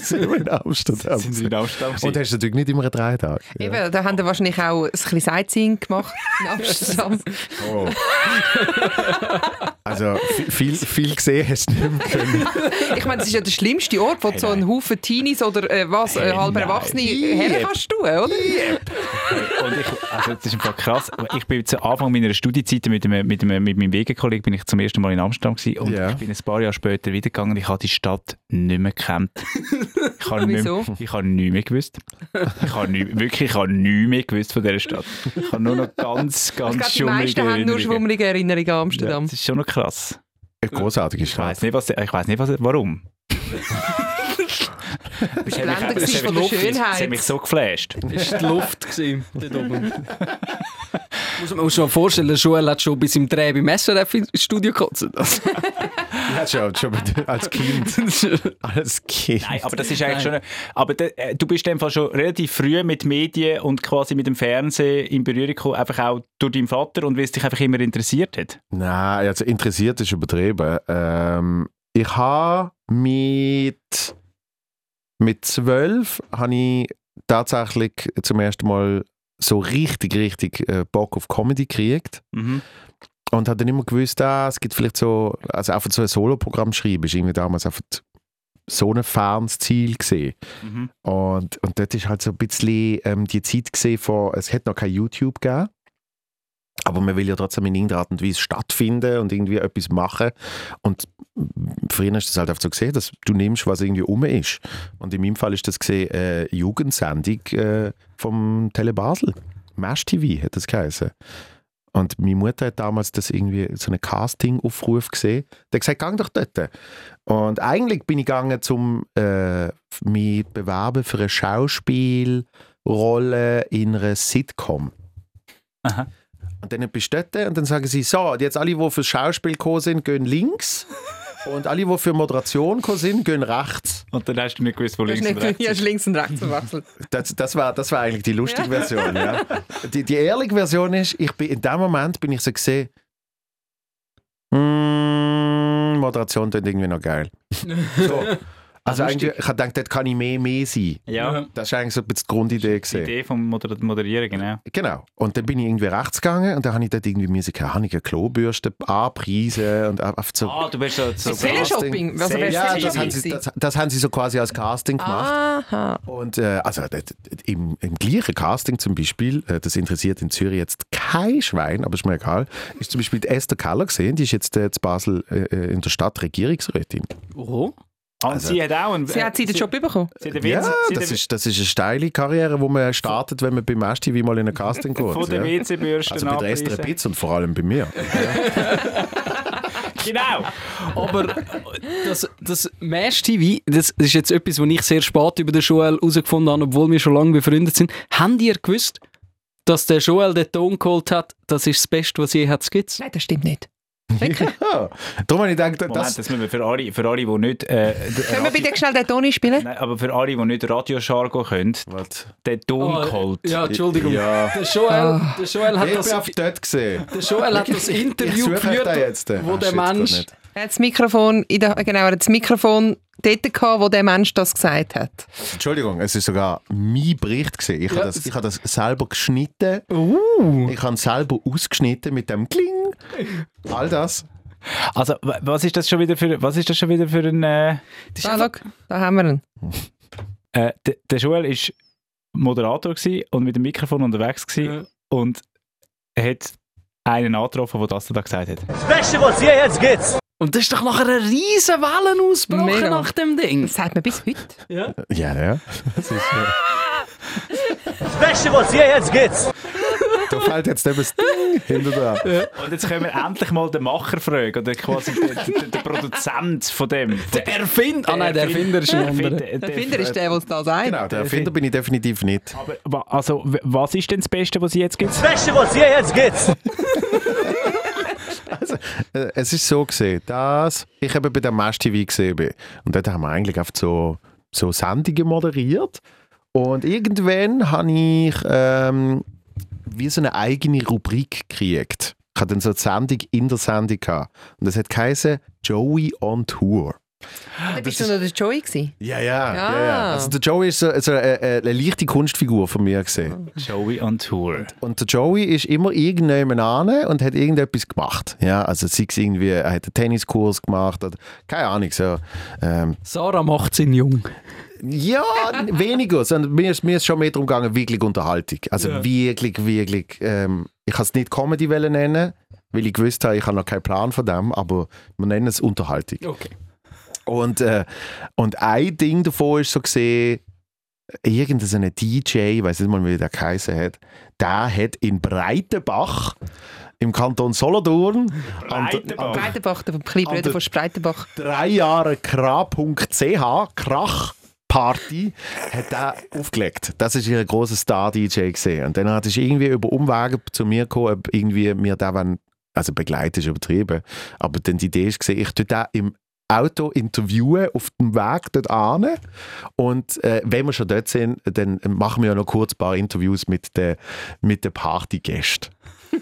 Speaker 5: sind wir in Amsterdam.
Speaker 1: Sind wir in Amsterdam?
Speaker 5: Und
Speaker 1: gewesen?
Speaker 5: hast natürlich nicht immer einen Dreitag. Ja.
Speaker 4: Eben, da haben wir wahrscheinlich auch ein bisschen Sightseeing gemacht in Amsterdam.
Speaker 5: Oh. Also vi- viel, viel gesehen hast du nicht mehr können.
Speaker 4: Ich meine, das ist ja der schlimmste Ort, wo du so einen Haufen Teenies oder äh, was, äh, halber
Speaker 1: nein.
Speaker 4: Erwachsene
Speaker 1: Yep.
Speaker 4: her kannst tun, oder?
Speaker 1: Und ich, also das ist einfach krass. Ich bin zu Anfang meiner Studienzeit mit, einem, mit, einem, mit meinem Wegenkollegen bin ich zum ersten Mal in Amsterdam gewesen und
Speaker 5: Ja.
Speaker 1: ich bin ein paar Jahre später wiedergegangen und ich habe die Stadt nicht mehr gekannt. Ich habe nicht,
Speaker 4: Wieso?
Speaker 1: ich habe nichts mehr gewusst. Ich habe nicht, wirklich, ich habe nichts mehr gewusst von dieser Stadt. Ich habe nur noch ganz,
Speaker 4: Ich
Speaker 1: ganz
Speaker 4: glaube, die meisten haben nur
Speaker 1: Erinnerungen.
Speaker 4: schwummerige Erinnerungen an
Speaker 1: Ja,
Speaker 4: Amsterdam.
Speaker 1: das ist schon noch krass.
Speaker 5: Eine großartige
Speaker 1: Ich weiß
Speaker 5: Straße.
Speaker 1: nicht, was, ich weiß nicht was,
Speaker 4: [LAUGHS]
Speaker 1: warum. Das hat mich-
Speaker 4: Blendend
Speaker 1: das
Speaker 4: war
Speaker 1: hat
Speaker 4: von der
Speaker 1: mich- Das hat
Speaker 4: Schönheit.
Speaker 1: mich so geflasht.
Speaker 3: Das war die Luft gewesen, dort [LAUGHS] oben. muss man sich mal vorstellen, Joel hat schon bis im Dreh beim SRF ins Studio gekotzt. Also,
Speaker 5: Ja, schon, schon mit, als Kind.
Speaker 3: [LAUGHS]
Speaker 5: Als Kind.
Speaker 1: Nein, aber das ist eigentlich schon. Aber de, äh, du bist in dem Fall schon relativ früh mit Medien und quasi mit dem Fernsehen in Berührung gekommen, einfach auch durch deinen Vater und weil es dich einfach immer interessiert hat.
Speaker 5: Nein, also interessiert ist übertrieben. Ähm, ich habe mit, mit zwölf habe ich tatsächlich zum ersten Mal so richtig, richtig äh, Bock auf Comedy gekriegt. Und habe dann immer gewusst, ah, es gibt vielleicht so, also einfach so ein Soloprogramm schreiben, ist irgendwie damals einfach so ein fernes Ziel gesehen.
Speaker 1: Mhm.
Speaker 5: Und, und dort ist halt so ein bisschen ähm, die Zeit gesehen von, es hätte noch kein YouTube gegeben. Aber man will ja trotzdem in irgendeiner Art und Weise stattfinden und irgendwie etwas machen. Und früher hast du das halt einfach so gesehen, dass du nimmst, was irgendwie um ist. Und in meinem Fall ist das gesehen äh, Jugendsendung äh, vom Tele Basel. Mash TV hat das geheißen. Und meine Mutter hat damals das irgendwie so einen Casting-Aufruf gesehen. Der hat gesagt, gang doch dort. Und eigentlich bin ich gegangen, um äh, mich bewerben für eine Schauspielrolle in einer Sitcom.
Speaker 1: Aha.
Speaker 5: Und dann bist du dort und dann sagen sie, so, und jetzt alle, die fürs Schauspiel gekommen sind, gehen links. und alle, die für Moderation gekommen sind, gehen rechts.
Speaker 1: Und dann hast du nicht gewusst, wo
Speaker 4: Du hast
Speaker 1: links und
Speaker 4: nicht-
Speaker 1: rechts
Speaker 4: du hast
Speaker 1: ist.
Speaker 4: links und rechts verwechselt.
Speaker 5: Das, das, war, das war eigentlich die lustige Version. Ja. Die, die ehrliche Version ist, ich bin, in dem Moment bin ich so gesehen, mm, Moderation klingt irgendwie noch geil. So. Also eigentlich, ich habe gedacht, dort kann ich mehr, mehr sein.
Speaker 1: Ja,
Speaker 5: Das war eigentlich so ein bisschen die Grundidee.
Speaker 1: die
Speaker 5: Gewesen.
Speaker 1: Idee vom Moder Moderieren, genau.
Speaker 5: Genau. Und dann bin ich irgendwie rechts gegangen und dann habe ich dort irgendwie müssen, keine Ahnung, eine Klobürste anpreisen und einfach so...
Speaker 1: Ah, du bist so. so
Speaker 4: Das Teleshopping. Also, wer
Speaker 5: ja,
Speaker 4: ist
Speaker 5: das haben, sie, das, das haben sie so quasi als Casting gemacht.
Speaker 4: Aha.
Speaker 5: Und äh, also d- d- im, im gleichen Casting zum Beispiel, äh, das interessiert in Zürich jetzt kein Schwein, aber ist mir egal, ist zum Beispiel die Esther Keller gesehen, die ist jetzt äh, zu Basel äh, in der Stadt Regierungsrätin.
Speaker 3: Oho.
Speaker 1: Ah, und sie hat auch einen.
Speaker 4: Sie hat sie den Job bekommen.
Speaker 1: sie hat einen
Speaker 5: Ja,
Speaker 1: Witz- sie hat
Speaker 5: das
Speaker 1: einen-
Speaker 5: ist, das ist eine steile Karriere, wo man startet, wenn man beim ersten wie mal in ein Casting
Speaker 1: [LAUGHS]
Speaker 5: geht.
Speaker 1: Von der
Speaker 5: ja.
Speaker 1: WC-Bürste
Speaker 5: Also bei der Esther Pitz und vor allem bei
Speaker 1: [LAUGHS]
Speaker 5: mir.
Speaker 1: Genau.
Speaker 3: Aber äh, das, das Mesh-TV, das ist jetzt etwas, was ich sehr spät über den Joel herausgefunden habe, obwohl wir schon lange befreundet sind. Habt ihr gewusst, dass der Joel den Ton geholt hat, das ist das Beste, was je hat gibt?
Speaker 4: Nein, das stimmt nicht.
Speaker 5: ja. Darum habe ich gedacht,
Speaker 1: Moment, das,
Speaker 5: das,
Speaker 1: müssen wir für alle, für alle, die nicht. Äh, [LAUGHS]
Speaker 4: Können wir bitte schnell den Toni spielen?
Speaker 1: Nein, aber für alle, die nicht Radio-Jargon können,
Speaker 5: Was?
Speaker 1: den Ton geholt.
Speaker 3: Oh, Ja, Entschuldigung.
Speaker 5: Ja.
Speaker 3: Der, Joel, der, Joel hat
Speaker 5: Ich bin
Speaker 3: das,
Speaker 5: auf dort gesehen.
Speaker 3: der Joel hat das
Speaker 5: Ich
Speaker 3: Interview
Speaker 5: suche euch
Speaker 3: geführt,
Speaker 5: den jetzt.
Speaker 3: wo
Speaker 5: Ah,
Speaker 3: der
Speaker 5: shit, geht
Speaker 3: Mensch...
Speaker 5: nicht.
Speaker 4: Er hat das Mikrofon, in der, genau, er hat das Mikrofon dort gehabt, wo der Mensch das gesagt hat.
Speaker 5: Entschuldigung, es ist sogar mein Bericht gesehen. Ich habe das, ich habe das selber geschnitten.
Speaker 3: Uh.
Speaker 5: Ich habe selber ausgeschnitten mit dem Kling. All das.
Speaker 1: Also, wa- was ist das schon wieder für, was ist das schon wieder für ein... Äh,
Speaker 4: Da, schau, da haben wir ihn.
Speaker 1: äh, der- der Joel ist Moderator gewesen und mit dem Mikrofon unterwegs gewesen und hat einen angetroffen, der das da gesagt hat.
Speaker 2: Beste, was je jetzt gibt's.
Speaker 3: Und das ist doch nachher eine riesen Wellen ausgebrochen
Speaker 4: Mega.
Speaker 3: nach dem Ding.
Speaker 4: Das sagt man bis heute.
Speaker 5: Ja, ja. Das ist, äh,
Speaker 2: Beste, was je jetzt gibt's.
Speaker 5: da fällt jetzt eben das Ding hinter dran.
Speaker 1: Und jetzt können wir endlich mal den Macher fragen, oder quasi den, den, den Produzent von dem. Von
Speaker 3: Der Erfinder... Ah nein, der Erfinder ist ein anderer.
Speaker 4: Der Finder ist der, der es da sagt.
Speaker 5: Genau, der Erfinder bin ich definitiv nicht.
Speaker 1: Aber, wa- also, w- was ist denn das Beste, was es jetzt gibt?
Speaker 2: Beste, was je jetzt gibt's.
Speaker 5: Äh, Es ist so gesehen, dass ich eben bei der Mash TV gesehen bin. Und dort haben wir eigentlich oft so, so Sendungen moderiert. Und irgendwann habe ich ähm, wie so eine eigene Rubrik gekriegt. Ich hatte dann so eine Sendung in der Sendung gehabt. Und das hat geheißen Joey on Tour.
Speaker 4: Da bist du
Speaker 5: ist-
Speaker 4: Ah, noch der Joey gewesen.
Speaker 5: Ja, ja,
Speaker 4: Ja.
Speaker 5: ja. ja. Also der Joey ist so, so eine, eine leichte Kunstfigur von mir gesehen.
Speaker 1: Joey on Tour.
Speaker 5: Und der Joey ist immer irgendjemand an und hat irgendetwas gemacht. Ja, also sei es irgendwie, er hat einen Tenniskurs gemacht oder keine Ahnung. So. Ähm,
Speaker 3: Sarah macht ihn jung.
Speaker 5: ja, n- weniger, sondern mir ist, mir ist schon mehr darum gegangen, wirklich Unterhaltung. Also wirklich, wirklich. Ähm, ich kann es nicht Comedy wollen nennen, weil ich gewusst habe, ich habe noch keinen Plan von dem, aber wir nennen es Unterhaltung.
Speaker 3: Okay.
Speaker 5: Und, äh, und ein Ding davon ist so gesehen, irgendein DJ, ich weiß nicht mal, wie der geheißen hat, der hat in Breitenbach im Kanton Solothurn an, an
Speaker 4: Breitenbach, der Kleinbrüder
Speaker 5: Aber-
Speaker 4: von Breitenbach.
Speaker 5: drei Jahren kra.ch Krach Party hat er aufgelegt. Das ist ihr großer Star-DJ gesehen. Und dann hat er irgendwie über Umwege zu mir gekommen, ob irgendwie mir da wollen- also begleitet ist übertrieben, aber dann die Idee ist gesehen, ich tue da im Auto interviewen auf dem Weg dort an. Und äh, wenn wir schon dort sind, dann machen wir ja noch kurz ein paar Interviews mit den mit den Partygästen.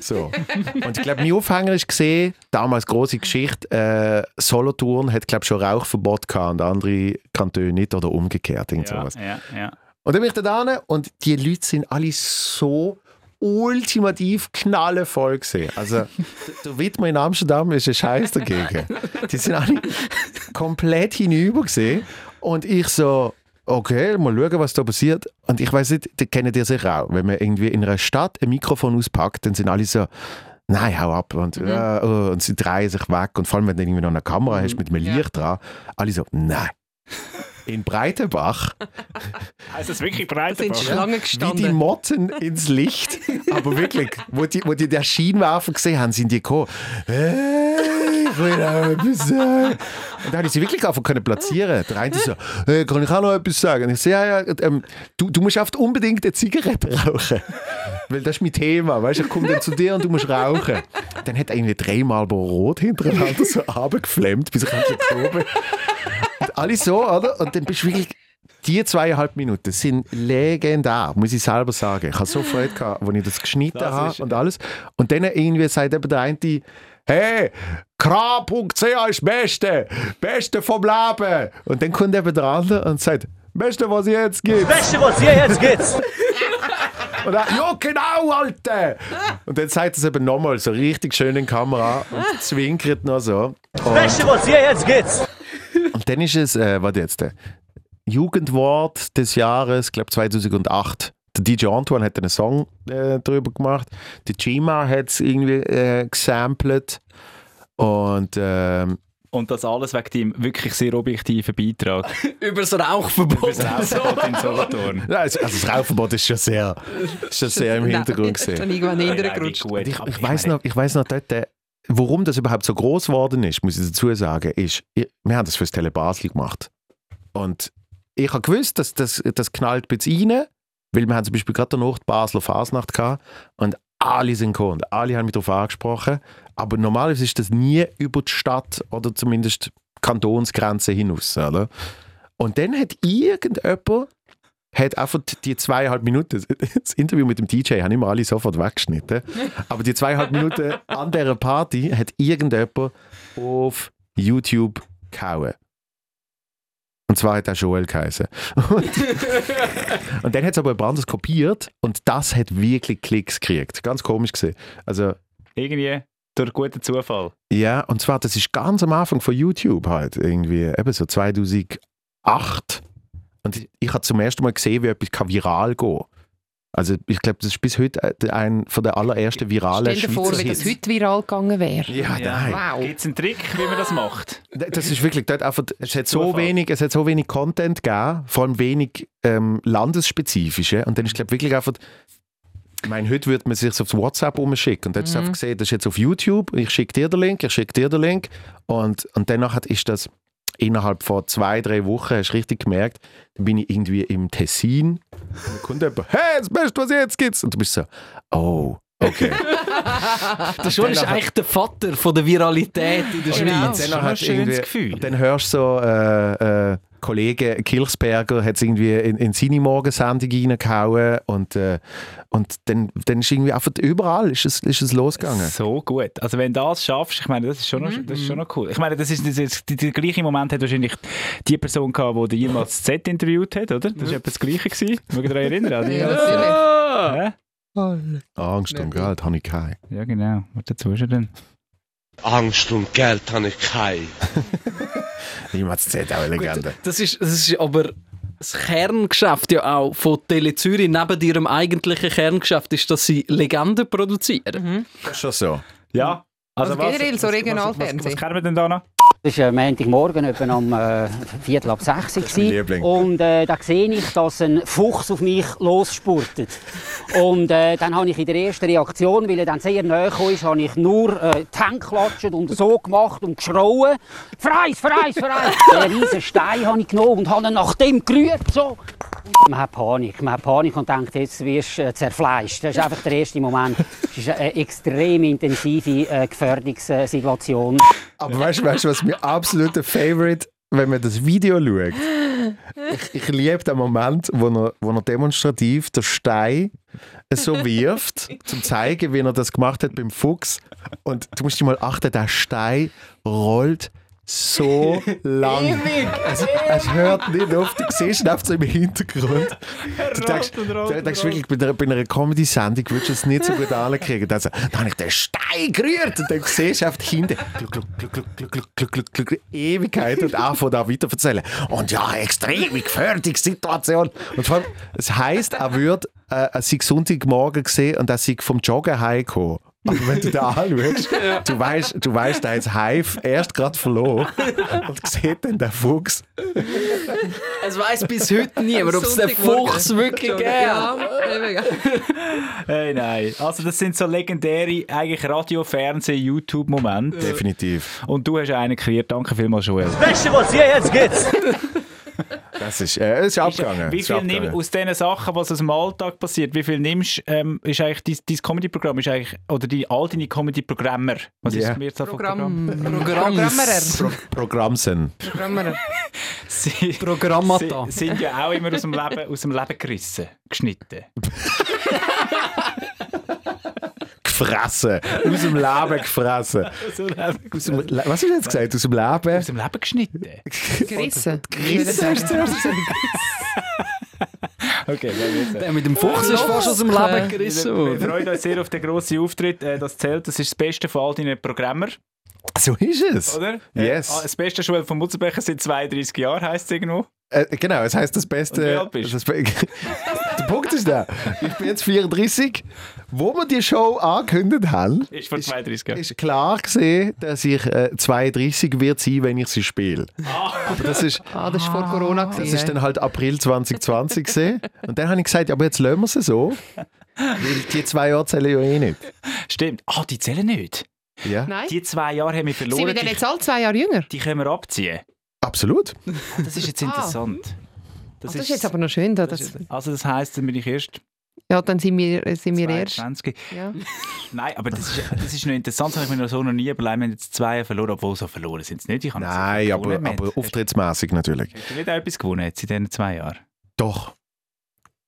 Speaker 5: So. Und ich glaube, mein Aufhänger ist gesehen, damals große Geschichte, äh, Solothurn hat, glaube schon Rauchverbot gehabt und andere Kantone nicht oder umgekehrt. Irgend
Speaker 1: Ja,
Speaker 5: sowas.
Speaker 1: ja, ja.
Speaker 5: Und dann bin ich da hin und die Leute sind alle so ultimativ knallevoll gesehen. Also, der- der Widmer in Amsterdam ist ein Scheiß dagegen. Die sind alle komplett hinüber gesehen und ich so, okay, mal schauen, was da passiert. Und ich weiß nicht, die kennen die sicher auch. Wenn man irgendwie in einer Stadt ein Mikrofon auspackt, dann sind alle so, nein, hau ab. Und, ja, oh, und sie drehen sich weg. Und vor allem, wenn du irgendwie noch eine Kamera hast mit einem
Speaker 3: Ja.
Speaker 5: Licht dran, alle so, nein. In Breitenbach
Speaker 1: Heißt das Also, wirklich
Speaker 4: Da sind
Speaker 1: Breitenbach?
Speaker 4: Schlangen
Speaker 5: wie die
Speaker 4: gestanden.
Speaker 5: Motten ins Licht. Aber wirklich, wo die, wo die den Scheinwerfer gesehen haben, sind die gekommen. Hey, ich will auch etwas sagen. Und dann habe ich sie wirklich einfach können platzieren. Der eine so, hey, kann ich auch noch etwas sagen? Und ich so, ja, ja, ähm, du, du musst oft unbedingt eine Zigarette rauchen. Weil das ist mein Thema, weißt du, ich komme dann zu dir und du musst rauchen. Dann hat er irgendwie dreimal Rot hintereinander so [LAUGHS] abgeflammt, bis ich endlich oben. Und alle so, oder? Und dann bist du wirklich. Die zweieinhalb Minuten sind legendär, muss ich selber sagen. Ich habe so Freude gehabt, als ich das geschnitten
Speaker 1: Das
Speaker 5: habe
Speaker 1: ist-
Speaker 5: und alles. Und dann irgendwie sagt eben der eine, hey, kra.ch ist das Beste, Beste vom Leben. Und dann kommt eben der andere und sagt, Beste, was jetzt gibt.
Speaker 2: Beste, was ihr jetzt gibt's.
Speaker 5: [LAUGHS] Und dann, ja, genau, Alter! Und dann sagt er es eben nochmal so richtig schön in die Kamera und zwinkert noch so. Und,
Speaker 2: Beste, was ihr jetzt gibt's.
Speaker 5: und dann ist es, äh, warte jetzt, äh, Jugendwort des Jahres, glaube 2008. Der DJ Antoine hat einen Song äh, darüber gemacht. Die Chima hat es irgendwie äh, gesampelt. Und ähm,
Speaker 1: Und das alles wegen deinem wirklich sehr objektiven Beitrag.
Speaker 3: Übers Rauchverbot.
Speaker 1: Rauchverbot in Solothurn.
Speaker 5: ja, also, also das Rauchverbot ist schon sehr, ist schon sehr im Hintergrund
Speaker 4: gesehen.
Speaker 5: gesehen.
Speaker 4: Und irgendwann
Speaker 1: Ja,
Speaker 4: hinterher
Speaker 1: ja, wie
Speaker 4: gerutscht.
Speaker 1: gut.
Speaker 5: Und ich,
Speaker 1: Aber
Speaker 5: ich weiß
Speaker 1: meine,
Speaker 5: noch, ich weiß noch dort, äh, warum das überhaupt so groß geworden ist, muss ich dazu sagen, ist, ich, wir haben das fürs Tele Basel gemacht. Und ich habe gewusst, dass das, das knallt ein bisschen rein, weil wir haben zum Beispiel gerade danach die Basler Fasnacht gehabt und alle sind gekommen, und alle haben mich darauf angesprochen. Aber normalerweise ist das nie über die Stadt oder zumindest Kantonsgrenze hinaus. Oder? Und dann hat irgendjemand hat einfach die zweieinhalb Minuten, das Interview mit dem DJ, haben immer alle sofort weggeschnitten, aber die zweieinhalb Minuten an dieser Party hat irgendjemand auf YouTube gehauen. Und zwar hat er Joel geheißen. Und, und dann hat es aber jemand anderes kopiert und das hat wirklich Klicks gekriegt. Ganz komisch gesehen. Also,
Speaker 1: Irgendwie durch guten Zufall.
Speaker 5: ja, und zwar, das ist ganz am Anfang von YouTube halt, irgendwie, eben so 2008. Und ich, ich habe zum ersten Mal gesehen, wie etwas kann viral gehen Also ich glaube, das ist bis heute äh, der- ein von der allerersten viralen
Speaker 4: Stell dir vor, wenn das
Speaker 5: Hits.
Speaker 4: heute viral gegangen wäre.
Speaker 5: Ja,
Speaker 1: Ja.
Speaker 5: nein.
Speaker 4: Wow.
Speaker 1: Gibt es einen Trick, wie man das macht?
Speaker 5: D- Das ist wirklich dort einfach, es hat so
Speaker 1: Zufall.
Speaker 5: wenig, es hat so wenig Content gegeben, vor allem wenig ähm, landesspezifische. Und dann ist glaube wirklich einfach, ich meine, heute würde man sich auf WhatsApp umschicken und dann hast du einfach gesehen, das ist jetzt auf YouTube, ich schicke dir den Link, ich schicke dir den Link und, und danach hat- ist das innerhalb von zwei, drei Wochen, hast du richtig gemerkt, dann bin ich irgendwie im Tessin und dann kommt jemand, hey, das Beste, was jetzt gibt's. Und du bist so, oh, okay.
Speaker 3: Der Joel ist eigentlich der Vater von der Viralität in der
Speaker 4: Genau.
Speaker 3: Schweiz.
Speaker 4: Das
Speaker 5: Und
Speaker 4: ist
Speaker 5: dann
Speaker 1: schon ein
Speaker 5: hat
Speaker 1: schönes
Speaker 5: irgendwie-
Speaker 1: Gefühl.
Speaker 5: Und dann hörst du so, äh, äh, Kollege Kilchsberger hat es irgendwie in, in seine Morgensendung reingehauen und, äh, und dann, dann ist irgendwie einfach überall ist es, ist es losgegangen.
Speaker 1: So gut. Also wenn du das schaffst, ich meine, das ist schon noch, das ist schon noch cool. Ich meine, das ist, das ist, die- der gleiche Moment hat wahrscheinlich die Person gehabt, die die jemals Z interviewt hat, oder? Das war etwa das Gleiche. gewesen. Mag ich daran erinnern? An die
Speaker 4: Ja,
Speaker 1: jemals-
Speaker 4: natürlich.
Speaker 1: Hä?
Speaker 5: Angst und Geld habe ich keine.
Speaker 1: ja, genau. Was dazwischen denn?
Speaker 6: Angst und Geld habe ich keine.
Speaker 5: Niemals Z auch eine Legende.
Speaker 3: Das ist, das ist aber das Kerngeschäft ja auch von Tele Zürich neben ihrem eigentlichen Kerngeschäft ist, dass sie Legenden produzieren.
Speaker 5: Das ist schon so.
Speaker 1: Ja.
Speaker 4: Also generell so Regionalfernsehen.
Speaker 1: Was, was, was kennen wir denn da noch?
Speaker 7: Das war äh, Montagmorgen etwa am äh, Viertel ab sechs.
Speaker 5: mein
Speaker 7: gewesen.
Speaker 5: Liebling.
Speaker 7: Und äh, da sehe ich, dass ein Fuchs auf mich losspurtet. Und äh, dann habe ich in der ersten Reaktion, weil er dann sehr nahe gekommen ist, habe ich nur äh, die Hände geklatscht und so gemacht und geschrauen. «Freis, freis,
Speaker 5: [LAUGHS]
Speaker 7: freis!» Einen riesen Stein habe ich genommen und habe ihn nach dem gerührt. So. Man hat Panik, man hat Panik und denkt, jetzt wirst du äh, zerfleischt. Das ist einfach der erste Moment. Das ist eine extrem intensive äh, Gefährdungssituation.
Speaker 5: Aber weißt du, weißt, du, was mein absoluter Favorite, wenn man das Video schaut? Ich, ich liebe den Moment, wo er, wo er demonstrativ den Stein so wirft, zum zeigen, wie er das gemacht hat beim Fuchs. Und du musst dir mal achten, der Stein rollt so lang. Es, es hört nicht auf, du siehst ihn einfach so im Hintergrund. Du denkst, du denkst wirklich, bei einer, bei einer Comedy-Sendung würdest du es nicht so gut ankriegen. Dann, so, dann habe ich den Stein gerührt und dann siehst du einfach hinten, gluck, gluck, gluck, gluck, gluck, gluck, gluck, gluck, gluck, Ewigkeit und auch von da weiter erzählen. Und ja, extreme gefährliche Situation. Und vor allem, es heisst, er würde äh, er sei Sonntagmorgen gesehen und er sei vom Joggen heimgekommen. Aber wenn du da anschaust, du weißt, du weißt, der ist Hive erst gerade verloren und sieht dann den Fuchs
Speaker 3: Es weiß bis [LAUGHS] heute niemand,
Speaker 4: Am
Speaker 3: ob es den
Speaker 4: Sonntagmorgen.
Speaker 3: Fuchs wirklich gibt.
Speaker 4: Ja, eben, ja.
Speaker 1: Hey, nein. Also das sind so legendäre eigentlich Radio, Fernsehen, YouTube-Momente.
Speaker 5: Definitiv.
Speaker 1: Und du hast einen kreiert. Danke vielmals, Joel.
Speaker 2: Vegetables, yeah, jetzt geht's.
Speaker 5: Das ist, äh, es ist abgegangen.
Speaker 1: Wie
Speaker 5: Es ist
Speaker 1: viel
Speaker 5: abgegangen.
Speaker 1: nimm, aus diesen Sachen, was aus dem Alltag passiert, wie viel nimmst ähm, ist eigentlich dein, dein Comedy-Programm, ist eigentlich, oder die, all deine Comedy-Programmer, was
Speaker 5: Ja.
Speaker 1: ist das Mehrzahl von [LAUGHS] Programm?
Speaker 4: Programm.
Speaker 3: Programms.
Speaker 5: Pro Programmsen.
Speaker 4: Programmerer.
Speaker 1: Sie,
Speaker 3: Programmata.
Speaker 1: sie sind ja auch immer aus dem Leben, aus dem Leben gerissen, geschnitten.
Speaker 5: Gefressen. Aus dem Leben gefressen.
Speaker 1: Aus dem Leben,
Speaker 5: Aus dem Le Was hast du jetzt gesagt? Aus dem Leben?
Speaker 1: geschnitten?
Speaker 4: Gerissen.
Speaker 1: Okay, dann
Speaker 3: Der mit dem Fuchs ist fast aus dem Leben gerissen
Speaker 1: wir
Speaker 3: worden.
Speaker 1: freuen uns sehr auf den grossen Auftritt. Äh, Das zählt, das ist das Beste von all deinen Programmer,
Speaker 5: So ist es.
Speaker 1: oder?
Speaker 5: Yes.
Speaker 1: Äh, das Beste Schule von Mutzenbecher seit 32 Jahren, heisst es irgendwo.
Speaker 5: Äh, genau, es heisst das
Speaker 1: Und wie
Speaker 5: Beste.
Speaker 1: alt bist du?
Speaker 5: das Be [LAUGHS] der Punkt ist der. Ich bin jetzt 34. Wo wir die Show angekündigt haben,
Speaker 1: Ist vor 32 Jahren.
Speaker 5: ist klar gesehen, dass ich äh, 32 wird sein, wenn ich sie spiele. Aber das ist,
Speaker 4: Ah, das war vor Corona.
Speaker 5: Das ist dann halt April 2020 gesehen. Und dann habe ich gesagt, ja, aber jetzt lassen wir sie so. Weil die zwei Jahre zählen ja eh nicht.
Speaker 1: Stimmt. Ah, die zählen nicht.
Speaker 5: Ja,
Speaker 4: Nein.
Speaker 1: Die zwei Jahre haben wir
Speaker 4: Sind
Speaker 1: verloren.
Speaker 4: wir denn
Speaker 1: Die,
Speaker 4: jetzt alle zwei Jahre jünger?
Speaker 1: die können wir abziehen.
Speaker 5: absolut.
Speaker 1: Das ist jetzt interessant.
Speaker 4: Das, das ist jetzt aber noch schön. Da, das,
Speaker 1: also das heisst, dann bin ich erst
Speaker 4: ja, dann sind wir, äh, sind wir erst.
Speaker 1: 22.
Speaker 4: Ja.
Speaker 1: Nein, aber das ist, das ist noch interessant, das habe ich mir noch so noch nie überlegt. Wir haben jetzt zwei verloren, obwohl so verloren sind es nicht. Ich habe jetzt
Speaker 5: Nein,
Speaker 1: nicht
Speaker 5: aber,
Speaker 1: gewonnen,
Speaker 5: aber
Speaker 1: Matt.
Speaker 5: auftrittsmäßig natürlich.
Speaker 1: Hast du nicht auch etwas gewonnen jetzt in diesen zwei Jahren?
Speaker 5: Doch.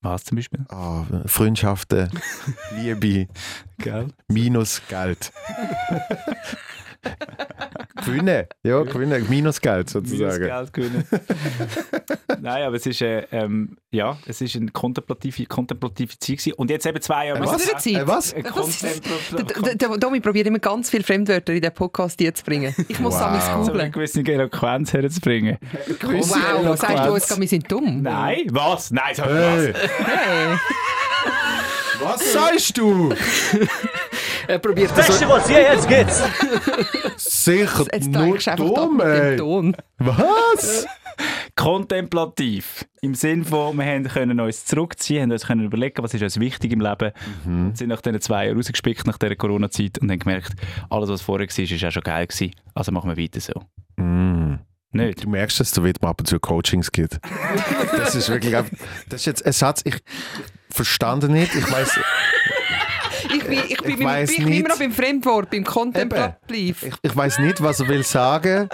Speaker 1: Was zum Beispiel?
Speaker 5: Ah,
Speaker 1: [LAUGHS]
Speaker 5: Freundschaften, Liebe,
Speaker 1: Gell?
Speaker 5: minus Geld. gewinnen. Ja, gewinnen. Minus
Speaker 1: Minus
Speaker 5: Geld sozusagen.
Speaker 1: Geld gewinnen. [LAUGHS] Nein, aber es ist, äh, ähm, ja, es ist eine kontemplative, kontemplative Zeit gewesen. Und jetzt eben zwei Jahre.
Speaker 5: Äh,
Speaker 4: Was?
Speaker 5: was? Äh, was?
Speaker 1: Eine
Speaker 4: Was ist-
Speaker 1: kontempl-
Speaker 4: Der- Der der Domi probiert immer ganz viele Fremdwörter in diesen Podcast hier zu bringen. Ich muss
Speaker 5: Wow.
Speaker 4: es
Speaker 1: so eine
Speaker 4: googeln.
Speaker 1: gewisse Eloquenz herzubringen.
Speaker 4: Wow, sagst du uns, gerade, wir sind dumm?
Speaker 1: Nein, was? Nein, so
Speaker 5: Hey,
Speaker 4: Hey.
Speaker 5: was sagst du?
Speaker 3: Er probiert das so.
Speaker 2: Vegetables, yeah, jetzt geht's.
Speaker 5: Sicher
Speaker 4: Jetzt
Speaker 5: nur
Speaker 4: zeigst du einfach ab
Speaker 5: dumm,
Speaker 4: mit dem
Speaker 5: ey.
Speaker 4: Ton.
Speaker 5: Was?
Speaker 1: kontemplativ. Im Sinn von, wir haben können uns zurückziehen, haben uns können überlegen, was ist uns wichtig im Leben. Und sind nach diesen zwei Jahren rausgespickt, nach dieser Corona-Zeit und haben gemerkt, alles, was vorher war, ist auch schon geil gewesen. Also machen wir weiter so. Nicht?
Speaker 5: Du merkst, dass der Wittmann ab und zu Coachings gibt. Das ist wirklich, einfach- das ist jetzt ein Satz, ich ich verstand ihn nicht, ich weiß,
Speaker 4: Ich bin, ich bin,
Speaker 5: Ich
Speaker 4: ich
Speaker 5: weiss
Speaker 4: ich bin immer
Speaker 5: nicht.
Speaker 4: noch beim Fremdwort, beim Contemplativ.
Speaker 5: Ich, ich weiß nicht, was er will sagen,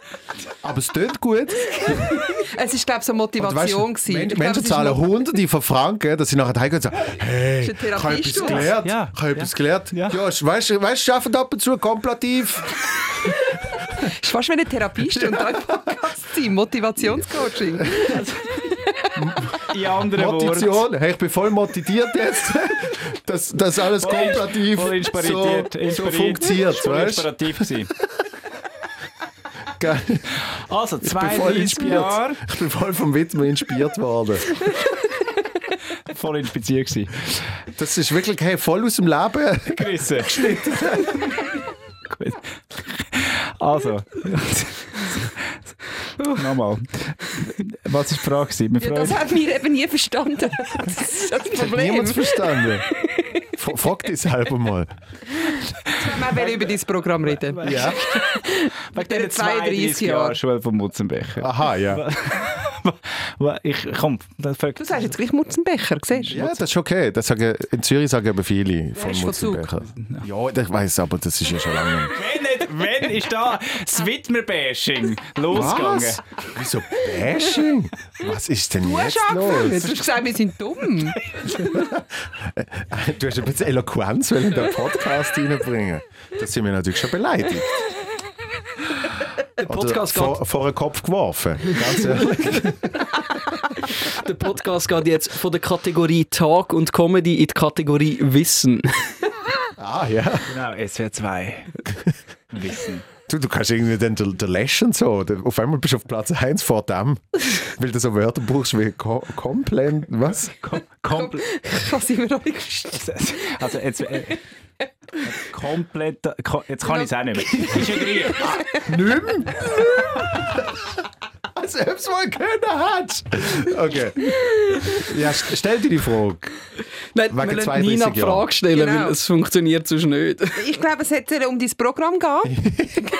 Speaker 5: aber es tut gut.
Speaker 4: Es war, glaube ich, so
Speaker 5: Und
Speaker 4: Motivation. gewesen.
Speaker 5: Men
Speaker 4: ich glaube,
Speaker 5: Menschen
Speaker 4: es ist
Speaker 5: zahlen
Speaker 4: Mo-
Speaker 5: Hunderte von Franken, dass sie nachher heimgehen und sagen, hey,
Speaker 4: Ist ein
Speaker 5: ich habe etwas
Speaker 4: Therapiestunde.
Speaker 5: gelernt.
Speaker 1: Ja,
Speaker 5: Ich habe
Speaker 1: ja.
Speaker 5: etwas gelernt. Ja,
Speaker 1: Ja.
Speaker 5: weißt du, weißt, du, arbeiten ab und zu komplativ.
Speaker 4: Es ist fast wie eine Therapiestunde. da im Podcast sein, Motivationscoaching.
Speaker 1: In anderen Worten.
Speaker 5: Motivation. Hey, ich bin voll motiviert jetzt, [LAUGHS] dass, dass alles
Speaker 1: Voll ins-
Speaker 5: komplativ
Speaker 1: Voll
Speaker 5: so,
Speaker 1: inspiriert.
Speaker 5: so
Speaker 1: inspiriert.
Speaker 5: funktioniert.
Speaker 1: Voll
Speaker 5: Weißt? du?
Speaker 1: inspirativ gewesen.
Speaker 5: Gell?
Speaker 1: Also,
Speaker 5: Ich bin voll
Speaker 1: 32
Speaker 5: inspiriert.
Speaker 1: Jahre.
Speaker 5: Ich bin voll vom Widmer inspiriert worden.
Speaker 1: Voll inspiziert gewesen.
Speaker 5: Das ist wirklich hey, voll aus dem Leben.
Speaker 1: Gerissen. Geschnitten. [LAUGHS] Gut. Also. Nochmal. Was war die Frage? gewesen? Wir
Speaker 4: Ja,
Speaker 1: freuen
Speaker 4: das hat mir eben nie verstanden. Das ist das Problem.
Speaker 5: Niemand verstanden. F- Frag dich selber mal.
Speaker 4: Wir wollen über dein Programm reden.
Speaker 5: Ja.
Speaker 1: Wegen
Speaker 4: diesen 32 Jahren.
Speaker 1: Schule von Mutzenbecher.
Speaker 5: Aha, ja.
Speaker 1: Ah. Wa- Ich, komm, das fängt.
Speaker 4: Du sagst jetzt gleich Mutzenbecher, siehst du?
Speaker 5: Ja, das ist okay. Das sagen, in Zürich sagen eben viele von
Speaker 4: ist von Zug.
Speaker 5: Mutzenbecher. Ja, ich weiß, aber das ist ja schon lange.
Speaker 1: Wenn, nicht, wenn ist da das Widmer-Bashing losgegangen?
Speaker 5: Wieso Bashing? Was ist denn
Speaker 4: Du hast
Speaker 5: jetzt
Speaker 4: angefangen.
Speaker 5: los?
Speaker 4: Du hast gesagt, wir sind [LAUGHS] dumm.
Speaker 5: Du hast ein bisschen Eloquenz wollen in den Podcast reinbringen. Das sind wir natürlich schon beleidigt. Der
Speaker 3: Podcast geht-
Speaker 5: vor, vor den Kopf geworfen. Ganz äh, ehrlich.
Speaker 3: Der Podcast geht jetzt von der Kategorie Tag und Comedy in die Kategorie Wissen.
Speaker 5: [LAUGHS] ah, ja.
Speaker 1: Genau, SWR 2. Wissen.
Speaker 5: Du, du kannst irgendwie dann der, der Läschen so. Der- Auf einmal bist du auf Platz 1 vor dem. Weil du so Wörter brauchst wie Co Complain. Was?
Speaker 1: Kom komplett.
Speaker 4: Was sind wir noch nicht gestanden?
Speaker 1: Also jetzt. Äh, komplett. ko- Jetzt kann ich es auch nicht mehr. Ist wieder hier.
Speaker 5: Nimm! [LAUGHS] Als ob es mal können hat. Okay. Ja, st- stell dir die Frage.
Speaker 3: Nein,
Speaker 5: Wegen
Speaker 3: wir lassen
Speaker 5: 32
Speaker 3: Nina die
Speaker 5: Jahren.
Speaker 3: Frage stellen,
Speaker 4: Genau.
Speaker 3: weil es funktioniert sonst
Speaker 5: [LAUGHS]
Speaker 3: nicht.
Speaker 4: Ich glaube, es hätte um dein Programm [LAUGHS] gehen.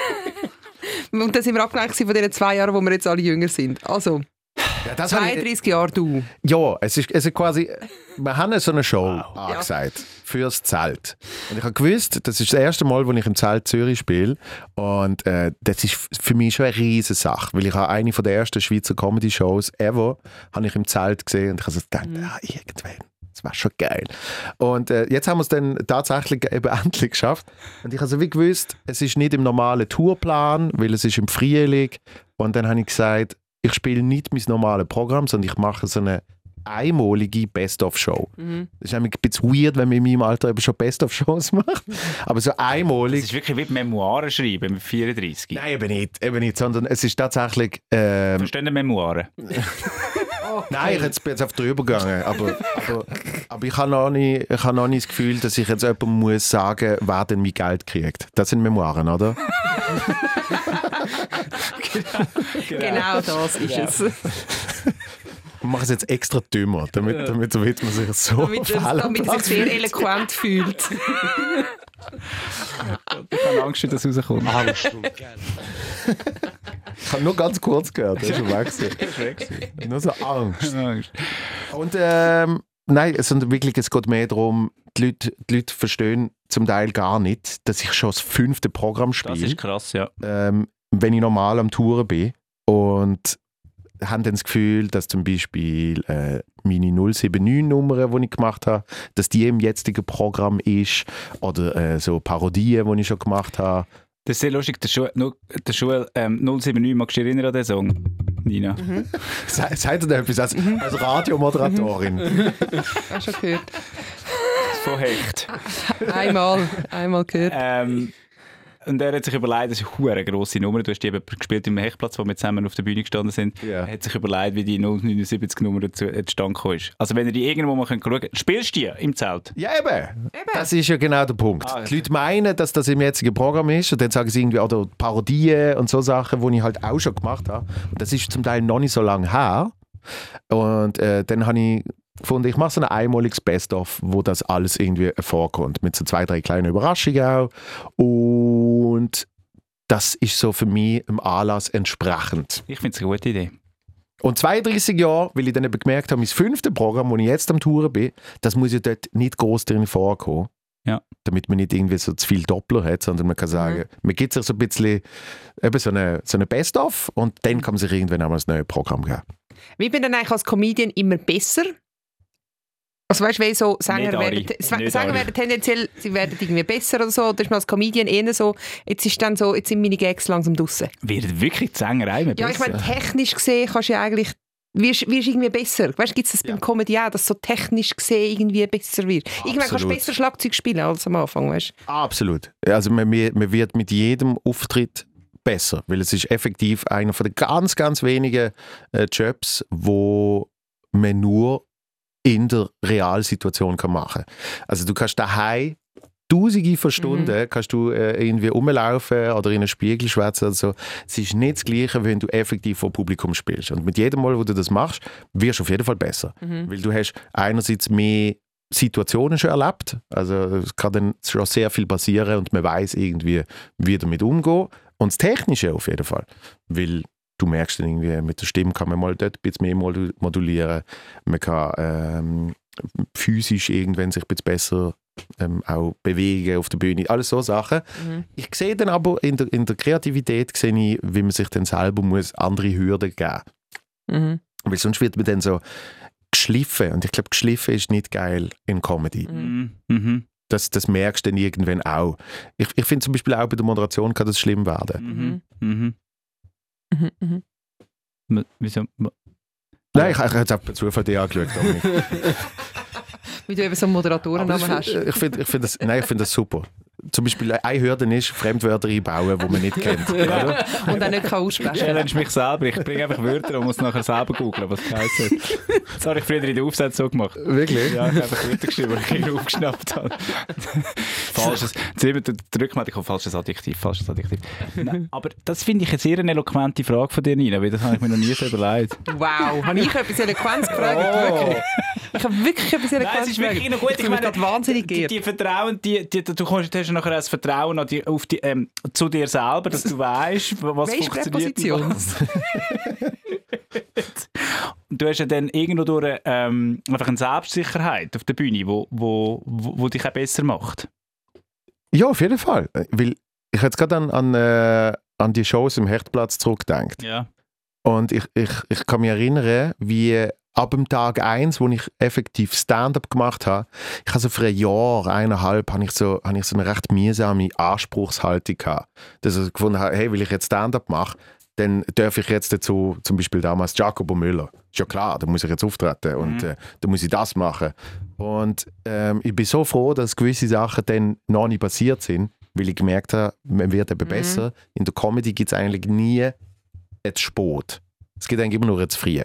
Speaker 4: Und dann sind wir abgelenkt gewesen von diesen zwei Jahren, wo wir jetzt alle jünger sind. Also,
Speaker 5: Ja, das hab ich-
Speaker 4: 32 Jahre du.
Speaker 5: Ja, es ist, es ist quasi. Wir haben so eine Show angesagt fürs Zelt. Und ich habe gewusst, das ist das erste Mal, wo ich im Zelt Zürich spiele. Und äh, das ist f- für mich schon eine riesige Sache, weil ich habe eine von der ersten Schweizer Comedy-Shows ever habe ich im Zelt gesehen und ich habe so gedacht,
Speaker 1: Mhm.
Speaker 5: ah, irgendwann. Das war schon geil. Und äh, jetzt haben wir es dann tatsächlich eben [LAUGHS] endlich geschafft. Und ich habe so wie gewusst, es ist nicht im normalen Tourplan, weil es ist im Frühling. Und dann habe ich gesagt, ich spiele nicht mein normales Programm, sondern ich mache so eine einmalige Best-of-Show.
Speaker 1: Mhm.
Speaker 5: Das ist nämlich ein bisschen weird, wenn man in meinem Alter eben schon Best-of-Shows [LAUGHS] macht. Aber so
Speaker 1: Mhm. Das
Speaker 5: einmalig.
Speaker 1: ist wirklich wie die Memoiren schreiben mit 34.
Speaker 5: Nein, eben nicht, eben nicht, sondern es ist tatsächlich. Ähm,
Speaker 1: Verstehen die Memoiren?
Speaker 5: nein, ich jetzt- bin jetzt auf drüber gegangen, aber, aber, aber ich habe noch, nicht- ich habe noch nicht das Gefühl, dass ich jetzt jemandem muss sagen, wer denn mein Geld kriegt. Das sind Memoiren, oder?
Speaker 4: Genau das ist es.
Speaker 5: Ich mache es jetzt extra dümmer, damit, damit, damit man sich so
Speaker 4: Damit, er-
Speaker 5: fallen
Speaker 4: damit er
Speaker 5: lässt.
Speaker 4: sich sehr eloquent fühlt.
Speaker 1: Ich habe Angst, dass das rauskommt.
Speaker 6: Angst und Geld.
Speaker 5: Ich habe nur ganz kurz gehört, das ist schon weg. gewesen. Nur so Angst.
Speaker 1: Angst.
Speaker 5: Und ähm, nein, es, sind wirklich, es geht mehr darum, die Leute, die Leute verstehen zum Teil gar nicht, dass ich schon das fünfte Programm
Speaker 1: Das
Speaker 5: spiele,
Speaker 1: ist krass, ja.
Speaker 5: ähm, wenn ich normal am Touren bin. Und haben dann das Gefühl, dass zum Beispiel äh, meine 079-Nummer, die ich gemacht habe, dass die im jetzigen Programm ist. Oder äh, so Parodien, die ich schon gemacht habe.
Speaker 1: Das ist sehr lustig. Der Schuh, nur- der Schuh ähm, 079, magst du dich erinnern an den Song? Nina.
Speaker 5: Se- Seid ihr da etwas als, als Radiomoderatorin?
Speaker 4: Hast du schon gehört?
Speaker 1: Von Hecht.
Speaker 4: Einmal, einmal gehört.
Speaker 1: Ähm, und er hat sich überlegt, das ist eine grosse Nummer. Du hast die eben gespielt im Hechtplatz, wo wir zusammen auf der Bühne gestanden sind.
Speaker 5: Ja.
Speaker 1: Er hat sich überlegt, wie die 079-Nummer zu- zustande gekommen ist. Also, wenn ihr die irgendwo mal schauen könnt, spielst du die im Zelt?
Speaker 5: Ja, eben. Das ist ja genau der Punkt.
Speaker 1: Ah, ja.
Speaker 5: Die Leute meinen, dass das im jetzigen Programm ist und dann sagen sie irgendwie, oder Parodien und so Sachen, die ich halt auch schon gemacht habe. Und das ist zum Teil noch nicht so lange her. Und äh, dann habe ich gefunden, ich mache so ein einmaliges Best-of, wo das alles irgendwie vorkommt. Mit so zwei, drei kleinen Überraschungen auch. Und das ist so für mich im Anlass entsprechend.
Speaker 1: Ich finde es eine gute Idee.
Speaker 5: Und 32 Jahre, weil ich dann eben gemerkt habe, mein fünftes Programm, wo ich jetzt am Touren bin, das muss ja dort nicht groß drin vorkommen.
Speaker 1: Ja.
Speaker 5: Damit man nicht irgendwie so zu viel Doppler hat, sondern man kann sagen, man gibt sich so ein bisschen eben so eine, so eine Best-of und dann kann man sich irgendwann auch mal ein neues Programm geben.
Speaker 4: Wir bin dann eigentlich als Comedian immer besser. Also weißt du, weil so Sänger,
Speaker 1: Nicht alle.
Speaker 4: werden, S-
Speaker 1: Nicht
Speaker 4: Sänger
Speaker 1: alle.
Speaker 4: werden tendenziell, sie werden irgendwie besser oder so. Oder ist man als Comedian eher so, jetzt ist dann so, jetzt sind meine Gags langsam draussen.
Speaker 1: Wird wirklich die Sängerei immer
Speaker 4: Ja, ich
Speaker 1: besser?
Speaker 4: meine, technisch gesehen kannst du ja eigentlich, wirst, wirst irgendwie besser. Weißt du, gibt es das beim Comedy auch, dass so technisch gesehen irgendwie besser wird? Irgendwann kannst du
Speaker 5: Absolut.
Speaker 4: besser Schlagzeug spielen als am Anfang, weißt du?
Speaker 5: Absolut. Also man, man wird mit jedem Auftritt besser, weil es ist effektiv einer von den ganz, ganz wenigen äh, Jobs, wo man nur in der Realsituation kann machen. Also du kannst daheim Tausende von Stunden kannst du äh, irgendwie rumlaufen oder in einen Spiegel schwätzen oder so. Es ist nicht das Gleiche, wenn du effektiv vor Publikum spielst. Und mit jedem Mal, wo du das machst, wirst du auf jeden Fall besser. Weil du hast einerseits mehr Situationen schon erlebt. Also es kann dann schon sehr viel passieren und man weiß irgendwie, wie damit umgehen. Und das Technische auf jeden Fall. Weil du merkst dann irgendwie, mit der Stimme kann man mal dort ein bisschen mehr modu- modulieren. Man kann ähm, physisch irgendwann sich ein bisschen besser ähm, auch bewegen auf der Bühne. Alles so Sachen.
Speaker 4: Mhm.
Speaker 5: Ich sehe dann aber in der, in der Kreativität, sehe ich, wie man sich dann selber muss andere Hürden geben
Speaker 4: Mhm.
Speaker 5: Weil sonst wird man dann so geschliffen. Und ich glaube, geschliffen ist nicht geil in Comedy.
Speaker 1: Mhm. Mhm.
Speaker 5: Das, das merkst du dann irgendwann auch. Ich, ich finde zum Beispiel auch bei der Moderation kann das schlimm werden.
Speaker 1: Mhm. Mhm.
Speaker 4: Mhm. Mhm.
Speaker 1: M- Wieso?
Speaker 5: Nein, ich, ich habe jetzt auch per Zufall dich angeschaut. Dominik.
Speaker 4: Wie du eben so einen
Speaker 5: [LAUGHS] Aber
Speaker 4: Moderatorennamen
Speaker 5: das
Speaker 4: hast.
Speaker 5: find- Ich finde ich find das, nein, ich find das super. Zum Beispiel äh, eine Hürde ist, Fremdwörter einbauen, die man nicht kennt. Oder?
Speaker 4: Und dann nicht kann
Speaker 1: [LAUGHS]
Speaker 4: aussprechen.
Speaker 1: Challenge mich selber. Ich bringe einfach Wörter und muss nachher selber googeln, was geheißen hat. Das habe ich früher in den Aufsätzen so gemacht.
Speaker 5: Wirklich?
Speaker 1: Ja, ich habe einfach Wörter geschrieben, die ich aufgeschnappt habe. falsches. Jetzt immer die Rückmeldung, ich habe falsches Adjektiv, falsches Adjektiv. Nein, aber das finde ich eine sehr eloquente Frage von dir, Nina, weil das habe ich mir noch nie so überlegt. Oh!
Speaker 4: Wow, habe ich etwas Eloquenz gefragt? Wirklich? Ich habe wirklich etwas Eloquenz gefragt. Ich bin mir gerade wahnsinnig
Speaker 1: die,
Speaker 4: geirrt.
Speaker 1: die Vertrauen, die, die, du kannst, hast ja nachher auch das Vertrauen an die, auf die, ähm, zu dir selber, dass du weißt, was
Speaker 4: Weisst du
Speaker 1: funktioniert.
Speaker 4: Präposition?
Speaker 1: und was- Und du hast ja dann irgendwo durch ähm, einfach eine Selbstsicherheit auf der Bühne, wo, wo, wo, wo dich auch besser macht.
Speaker 5: Ja, auf jeden Fall. Äh, Weil ich habe jetzt gerade an, an, äh, an die Shows im Hechtplatz zurückgedacht.
Speaker 1: Ja.
Speaker 5: Und ich, ich, ich kann mich erinnern, wie ab dem Tag eins, wo ich effektiv Stand-up gemacht habe, ich habe so für ein Jahr, eineinhalb, habe ich so, habe ich so eine recht mühsame Anspruchshaltung gehabt. Dass ich gefunden habe, hey, will ich jetzt Stand-up machen, dann darf ich jetzt dazu, zum Beispiel damals Jacobo Müller. Ist ja klar, da muss ich jetzt auftreten und äh, da muss ich das machen. Und ähm, ich bin so froh, dass gewisse Sachen dann noch nicht passiert sind, weil ich gemerkt habe, man wird eben besser. In der Comedy gibt es eigentlich nie jetzt spät. Es geht eigentlich immer nur jetzt früh.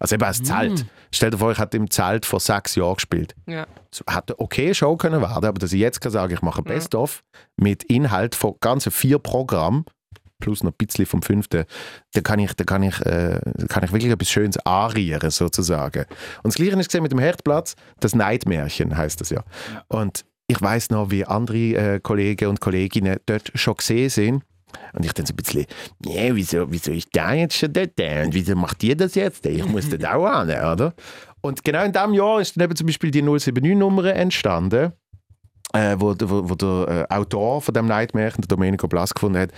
Speaker 5: Also eben als Zelt. Stell dir vor, ich hätte im Zelt vor sechs Jahren gespielt.
Speaker 4: Ja.
Speaker 5: Es hätte eine okay Show können werden, aber dass ich jetzt kann sagen, ich mache Best-of mit Inhalt von ganzen vier Programmen, plus noch ein bisschen vom fünften, da kann ich, da kann ich, äh, da kann ich wirklich etwas Schönes anrühren, sozusagen. Und das Gleiche ist gesehen mit dem Herdplatz, das Neidmärchen heißt das ja. Und ich weiß noch, wie andere äh, Kollegen und Kolleginnen dort schon gesehen sind. Und ich dann so ein bisschen, nee, wieso, wieso ist der jetzt schon dort? äh? Und wieso macht ihr das jetzt? Ich muss dort auch an, oder? Und genau in diesem Jahr ist dann eben zum Beispiel die 079-Nummer entstanden, äh, wo, wo, wo der äh, Autor von dem Neidmärchen, der Domenico Blas, gefunden hat,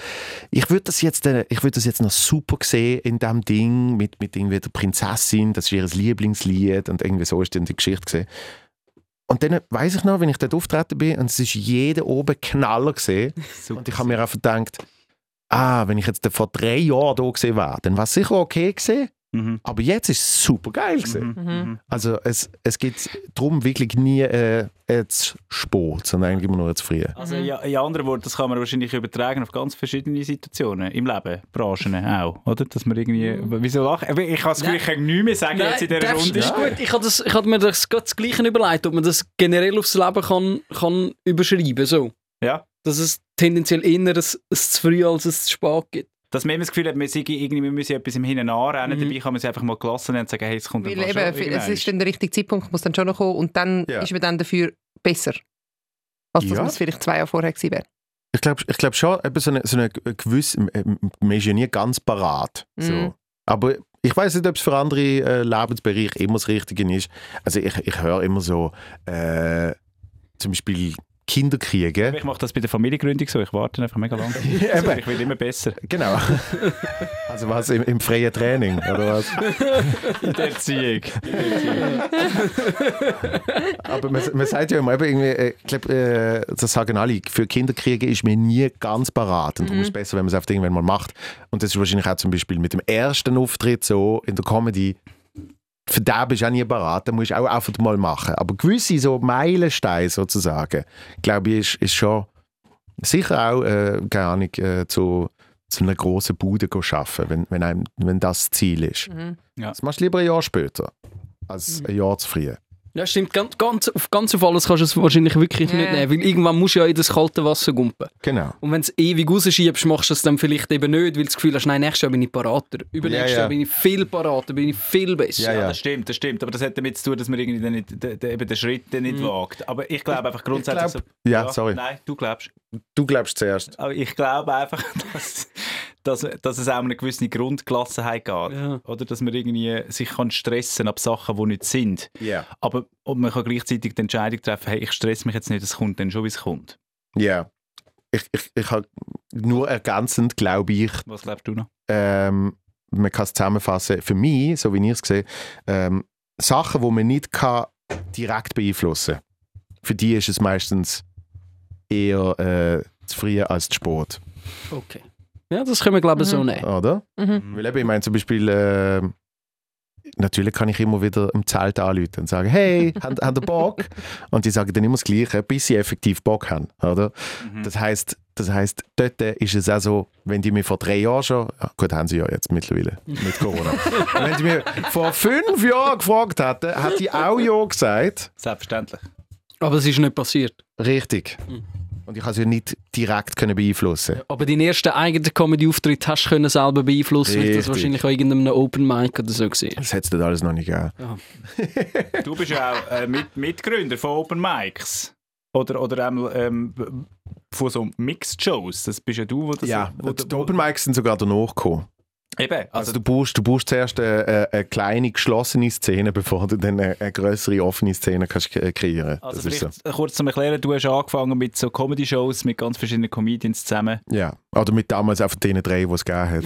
Speaker 5: ich würde das, jetzt, äh, ich würd das jetzt noch super sehen in dem Ding mit, mit irgendwie der Prinzessin, das ist ihr Lieblingslied und irgendwie so ist dann die Geschichte gesehen. Und dann weiß ich noch, wenn ich dort auftreten bin und es ist jeder oben Knaller gesehen und ich habe mir einfach gedacht, ah, wenn ich jetzt vor drei Jahren da gewesen wäre, dann war es sicher okay gewesen,
Speaker 1: Mhm.
Speaker 5: aber jetzt ist es super geil gewesen.
Speaker 1: Mhm. Mhm.
Speaker 5: Also es, es geht darum wirklich nie äh, äh, zu spät, sondern eigentlich immer nur zu früh.
Speaker 1: Also ja, in anderen Worten, das kann man wahrscheinlich übertragen auf ganz verschiedene Situationen im Leben, Branchen auch, oder? Dass man irgendwie, wieso lachen? Ich kann es
Speaker 3: Nein.
Speaker 1: ich kann nichts mehr sagen jetzt in dieser
Speaker 3: darfst-
Speaker 1: Runde.
Speaker 3: ist gut. Ich habe das- ich habe mir das, gerade das Gleiche überlegt, ob man das generell aufs Leben kann, kann überschreiben so.
Speaker 1: Ja.
Speaker 3: Dass es tendenziell eher ein, ein zu früh als ein zu spät gibt.
Speaker 1: Dass man immer das Gefühl hat, man sei irgendwie, wir müssen etwas im Hinein anrennen,
Speaker 3: Mhm.
Speaker 1: dabei kann man es einfach mal gelassen und sagen, hey, es kommt
Speaker 4: Weil
Speaker 1: einfach
Speaker 4: eben,
Speaker 1: schon
Speaker 4: es ist
Speaker 1: irgendwann.
Speaker 4: dann der richtige Zeitpunkt, muss dann schon noch kommen und dann
Speaker 5: Ja.
Speaker 4: ist man dann dafür besser. Als dass
Speaker 5: Ja.
Speaker 4: man es vielleicht zwei Jahre vorher gewesen wäre.
Speaker 5: Ich glaube ich glaub schon, eben so eine, so eine gewisse, man ist ja nie ganz parat.
Speaker 4: Mhm.
Speaker 5: So. Aber ich weiß nicht, ob es für andere äh, Lebensbereiche immer das Richtige ist. Also ich, ich höre immer so, äh, zum Beispiel Kinder
Speaker 1: [LAUGHS]
Speaker 5: kriegen.
Speaker 1: Ich mache das bei der Familiengründung so, ich warte einfach mega lange.
Speaker 5: [LAUGHS] Eben.
Speaker 1: ich werde immer besser. [LAUGHS]
Speaker 5: Genau. Also was, im, im freien Training, oder was?
Speaker 1: [LAUGHS] In der Erziehung.
Speaker 5: [LAUGHS] Aber man, man sagt ja immer, eben irgendwie, äh, ich glaub, äh, das sagen alle, für Kinderkriege ist man nie ganz parat. Und darum ist es besser, wenn man es einfach irgendwann mal macht. Und das ist wahrscheinlich auch zum Beispiel mit dem ersten Auftritt so in der Comedy. Für den bist du auch nie parat, den musst du auch einfach mal machen. Aber gewisse so Meilensteine sozusagen, glaube ich, ist, ist schon sicher auch, äh, keine Ahnung, äh, zu, zu einer grossen Bude go arbeiten, wenn, wenn, einem, wenn das Ziel ist.
Speaker 1: Ja.
Speaker 5: Das machst du lieber ein Jahr später, als ein Jahr zu früh.
Speaker 3: Ja, stimmt. Ganz, ganz, auf ganz auf alles kannst du es wahrscheinlich wirklich
Speaker 4: Ja.
Speaker 3: nicht nehmen, weil irgendwann musst du ja in das kalte Wasser gumpen.
Speaker 5: Genau.
Speaker 3: Und wenn du es ewig rausschiebst, machst du es dann vielleicht eben nicht, weil du das Gefühl hast, nein, nächstes Jahr bin ich parater. Übernächstes
Speaker 5: Ja, ja.
Speaker 3: Jahr bin ich viel parater, bin ich viel besser.
Speaker 5: Ja,
Speaker 1: Ja,
Speaker 5: ja.
Speaker 1: das stimmt, das stimmt. Aber das hat damit zu tun, dass man irgendwie dann nicht, de, de, eben den Schritt dann nicht wagt. Aber ich glaube einfach grundsätzlich...
Speaker 5: glaub-
Speaker 1: so-
Speaker 5: Ja, sorry.
Speaker 1: Nein, du glaubst.
Speaker 5: Du glaubst zuerst.
Speaker 1: Aber ich glaube einfach, [LAUGHS] dass, dass, dass es auch um eine gewisse Grundgelassenheit geht.
Speaker 3: Ja.
Speaker 1: Oder dass man irgendwie sich kann stressen ab Sachen, die nicht sind.
Speaker 5: Ja.
Speaker 1: Aber und man kann gleichzeitig die Entscheidung treffen, hey, ich stress mich jetzt nicht, es kommt dann schon, wie es kommt.
Speaker 5: Ja. Ich, ich, ich habe nur ergänzend, glaube ich,
Speaker 1: Was glaubst du noch?
Speaker 5: ähm, man kann es zusammenfassen, für mich, so wie ich es sehe, ähm, Sachen, die man nicht kann, direkt beeinflussen kann. Für die ist es meistens eher äh, zu früh als zu spät,
Speaker 3: Okay. Ja, das können wir, glaube ich, so
Speaker 4: Mhm.
Speaker 3: nehmen.
Speaker 5: oder?
Speaker 4: Mhm.
Speaker 5: Weil eben, ich meine zum Beispiel, äh, natürlich kann ich immer wieder im Zelt anrufen und sagen, hey, [LAUGHS] habt habt ihr Bock? Und die sagen dann immer das Gleiche, bis sie effektiv Bock haben, oder? Das heißt, das heißt, dort ist es auch so, wenn die mir vor drei Jahren schon, ah, gut, haben sie ja jetzt mittlerweile mit Corona, wenn die mir vor fünf Jahren gefragt hätten, hat die auch ja gesagt.
Speaker 1: Selbstverständlich.
Speaker 3: Aber es ist nicht passiert.
Speaker 5: Richtig. Und ich kann sie ja nicht direkt können beeinflussen.
Speaker 3: Aber deinen ersten eigenen Comedy-Auftritt hast du können selber beeinflussen, weil das
Speaker 5: Richtig.
Speaker 3: wahrscheinlich an irgendeinem Open Mic oder so gesehen.
Speaker 5: Das hätte es dort alles noch nicht gegeben.
Speaker 1: Du bist ja auch äh, mit, Mitgründer von Open Mics. Oder, oder einmal ähm, von so Mixed-Shows. Das bist ja du, wo das...
Speaker 5: ja,
Speaker 1: wo,
Speaker 5: die Open Mics sind sogar danach gekommen.
Speaker 1: eben,
Speaker 5: Also
Speaker 1: also,
Speaker 5: du brauchst, du brauchst zuerst eine, eine- eine kleine, geschlossene Szene, bevor du dann eine, eine größere, offene Szene kannst k- kreieren kannst.
Speaker 1: also
Speaker 5: das ist so.
Speaker 1: vielleicht kurz zum Erklären, du hast angefangen mit so Comedy-Shows mit ganz verschiedenen Comedians [LAUGHS] zusammen.
Speaker 5: Ja, oder mit damals einfach denen drei, die es gegeben hat.